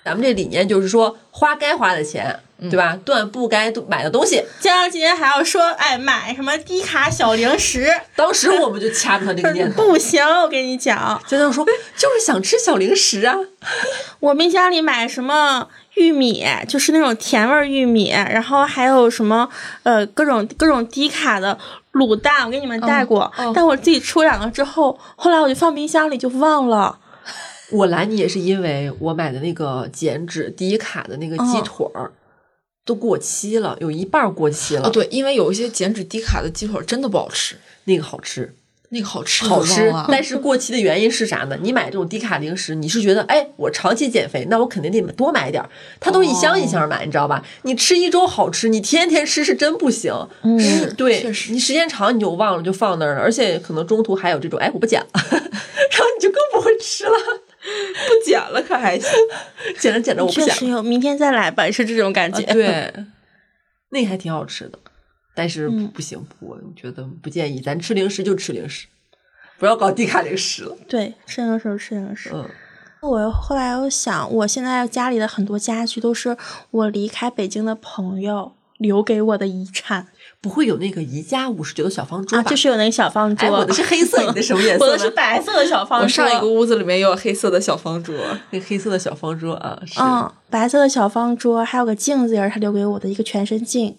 Speaker 1: 咱们这理念就是说，花该花的钱，对吧？断不该买的东西。
Speaker 3: 前段时间还要说，哎，买什么低卡小零食，
Speaker 1: 当时我们就
Speaker 2: 哎
Speaker 1: 掐住他这个念头，
Speaker 3: 不行，我跟你讲，
Speaker 1: 就在那说，就是想吃小零食啊。
Speaker 3: 我冰箱里买什么玉米，就是那种甜味儿玉米，然后还有什么呃各种各种低卡的卤蛋，我给你们带过，
Speaker 2: 嗯嗯
Speaker 3: 但我自己出两个之后，后来我就放冰箱里就忘了。
Speaker 1: 我拦你也是因为我买的那个减脂低卡的那个鸡
Speaker 3: 哦
Speaker 1: 腿儿、都过期了，有一半儿过期了。
Speaker 2: 哦，对，因为有一些减脂低卡的鸡腿儿真的不好吃，
Speaker 1: 那个好吃，
Speaker 2: 那个好吃，
Speaker 1: 好吃。
Speaker 2: 啊！
Speaker 1: 但是过期的原因是啥呢？你买这种低卡零食，你是觉得，哎，我长期减肥，那我肯定得多买点儿。它都一箱一箱买，你知道吧？你吃一周好吃，你天天吃是真不行。
Speaker 3: 嗯
Speaker 2: 是
Speaker 1: 对
Speaker 2: 确，实
Speaker 1: 你时间长你就忘了，就放那儿了，而且可能中途还有这种，哎，我不减了， 然后你就更不会吃了，
Speaker 2: 不减了可还行。
Speaker 1: 减着减着我不
Speaker 3: 确
Speaker 1: 减
Speaker 3: 实有，明天再来吧，是这种感觉。
Speaker 1: 了，，对，那个还挺好吃的，但是
Speaker 3: 嗯
Speaker 1: 不行，我觉得不建议，咱吃零食就吃零食，不要搞低卡零食了，
Speaker 3: 对，吃零食吃零食。
Speaker 1: 嗯，
Speaker 3: 我后来又想，我现在家里的很多家具都是我离开北京的朋友留给我的遗产
Speaker 1: 不会有那个宜家五十九的小方桌
Speaker 3: 啊，
Speaker 1: 吧？
Speaker 3: 就是有那个小方桌。
Speaker 1: 哎，我的是黑色，你的什么颜
Speaker 3: 我
Speaker 1: 色
Speaker 3: 的
Speaker 1: 呢？
Speaker 3: 是白色的小方桌。
Speaker 2: 我上一个屋子里面也有黑色的小方桌，
Speaker 1: 那个黑色的小方桌啊，是，
Speaker 3: 嗯，白色的小方桌，还有个镜子也是他留给我的一个全身镜，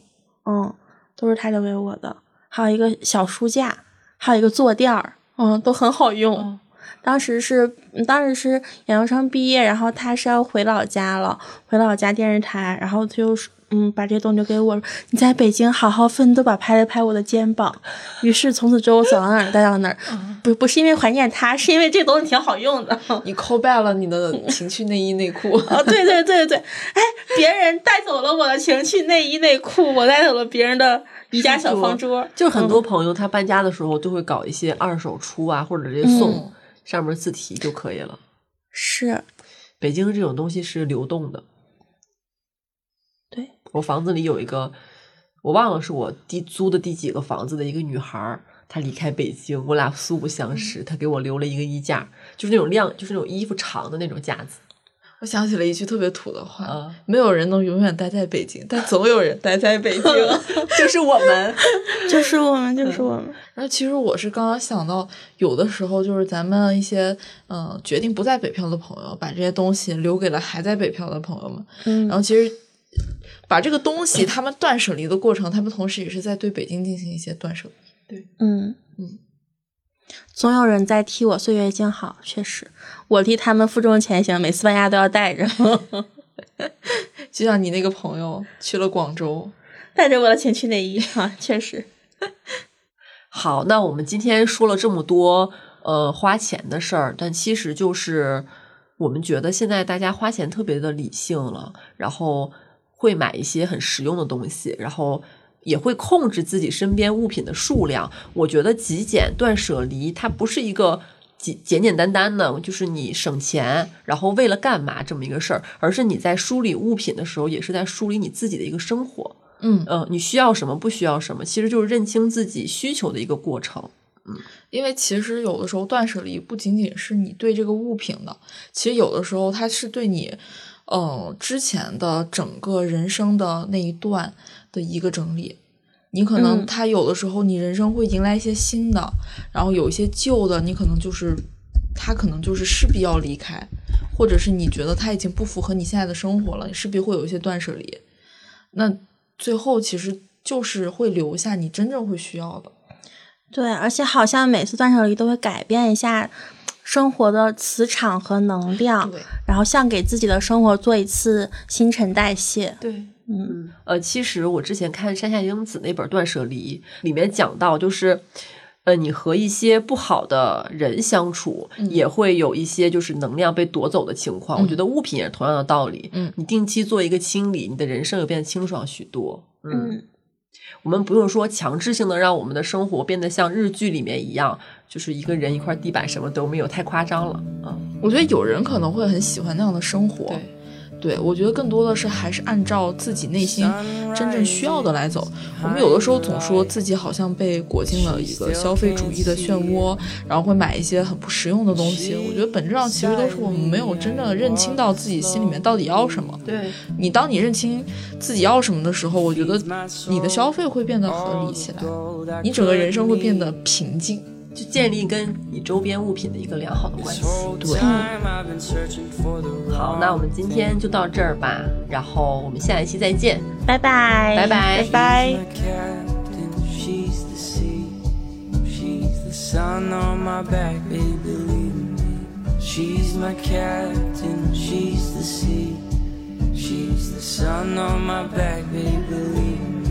Speaker 3: 嗯，都是他留给我的，还有一个小书架，还有一个坐垫儿，嗯，都很好用。
Speaker 2: 嗯
Speaker 3: 当时是，嗯当时是研究生毕业，然后他是要回老家了，回老家电视台，然后他就是嗯，把这些东西留给我，你在北京好好奋斗吧，拍了拍我的肩膀。于是从此之后，我走到哪儿待到哪儿，不不是因为怀念他，是因为这东西挺好用的。
Speaker 2: 你 call back 了你 的情趣内衣内裤。
Speaker 3: 啊，对对对对，哎，别人带走了我的情趣内衣内裤，我带走了别人的宜家小方桌，
Speaker 1: 就是很多
Speaker 3: 嗯
Speaker 1: 朋友他搬家的时候就会搞一些二手出啊，或者直接送，
Speaker 3: 嗯
Speaker 1: 上面字体就可以了。
Speaker 3: 是
Speaker 1: 北京这种东西是流动的。
Speaker 3: 对，
Speaker 1: 我房子里有一个，我忘了是我第租的第几个房子的一个女孩儿，她离开北京，我俩素不相
Speaker 3: 嗯
Speaker 1: 识，她给我留了一个衣架，就是那种晾，就是那种衣服长的那种架子
Speaker 2: 我想起了一句特别土的话：
Speaker 3: 嗯
Speaker 1: 啊，
Speaker 2: 没有人能永远待在北京，但总有人待在北 京。
Speaker 1: 就是我们，
Speaker 3: 就是我们，就是我们，
Speaker 2: 然后其实我是刚刚想到，有的时候就是咱们一些嗯、呃决定不在北漂的朋友，把这些东西留给了还在北漂的朋友们。
Speaker 3: 嗯
Speaker 2: 然后其实把这个东西他们断舍离的过程，他们同时也是在对北京进行一些断舍离。
Speaker 3: 嗯
Speaker 2: 嗯，
Speaker 3: 总有人在替我岁月静好，确实，我替他们负重前行，每次搬家都要带着
Speaker 2: 就像你那个朋友去了广州，
Speaker 3: 带着我的情趣内衣啊，确实，
Speaker 1: 好，那我们今天说了这么多，呃，花钱的事儿，但其实就是我们觉得现在大家花钱特别的理性了，然后会买一些很实用的东西，然后也会控制自己身边物品的数量。我觉得极简断舍离，它不是一个。简简简单单的，就是你省钱，然后为了干嘛这么一个事儿，而是你在梳理物品的时候，也是在梳理你自己的一个生活。
Speaker 2: 嗯，
Speaker 1: 呃，你需要什么，不需要什么，其实就是认清自己需求的一个过程。
Speaker 2: 因为其实有的时候断舍离不仅仅是你对这个物品的，其实有的时候它是对你，呃，之前的整个人生的那一段的一个整理。你可能
Speaker 3: 嗯
Speaker 2: 它有的时候你人生会迎来一些新的，然后有一些旧的，你可能就是它可能就是势必要离开，或者是你觉得它已经不符合你现在的生活了，你势必会有一些断舍离。那最后其实就是会留下你真正会需要的。
Speaker 3: 对，而且好像每次断舍离都会改变一下生活的磁场和能量，
Speaker 2: 对。
Speaker 3: 然后像给自己的生活做一次新陈代谢。
Speaker 1: 对，
Speaker 3: 嗯，
Speaker 1: 呃，其实我之前看山下英子那本《断舍离》，里面讲到就是。呃，你和一些不好的人相处，
Speaker 2: 嗯
Speaker 1: 也会有一些就是能量被夺走的情况。我觉得物品也是同样的道理。
Speaker 2: 嗯
Speaker 1: 你定期做一个清理，你的人生也变得清爽许多。
Speaker 3: 嗯，
Speaker 1: 我们不用说强制性的让我们的生活变得像日剧里面一样，就是一个人一块地板什么都没有，太夸张了。嗯，
Speaker 2: 我觉得有人可能会很喜欢那样的生活，
Speaker 1: 对。
Speaker 2: 对我觉得更多的是还是按照自己内心真正需要的来走。我们有的时候总说自己好像被裹进了一个消费主义的漩涡，然后会买一些很不实用的东西。我觉得本质上其实都是我们没有真正的认清到自己心里面到底要什么。
Speaker 1: 对，
Speaker 2: 你当你认清自己要什么的时候，我觉得你的消费会变得合理起来，你整个人生会变得平静。
Speaker 1: 就建立跟你周边物品的一个良好的关系。
Speaker 4: 对，
Speaker 1: 好，那我们今天就到这儿吧，然后我们下一期再见，
Speaker 3: 拜拜，
Speaker 1: 拜拜
Speaker 3: 拜拜。
Speaker 4: my captain, she's the sea. She's the sun on my back, baby, believe me. She's my captain, she's the sea. She's the sun on my back, baby, believe me.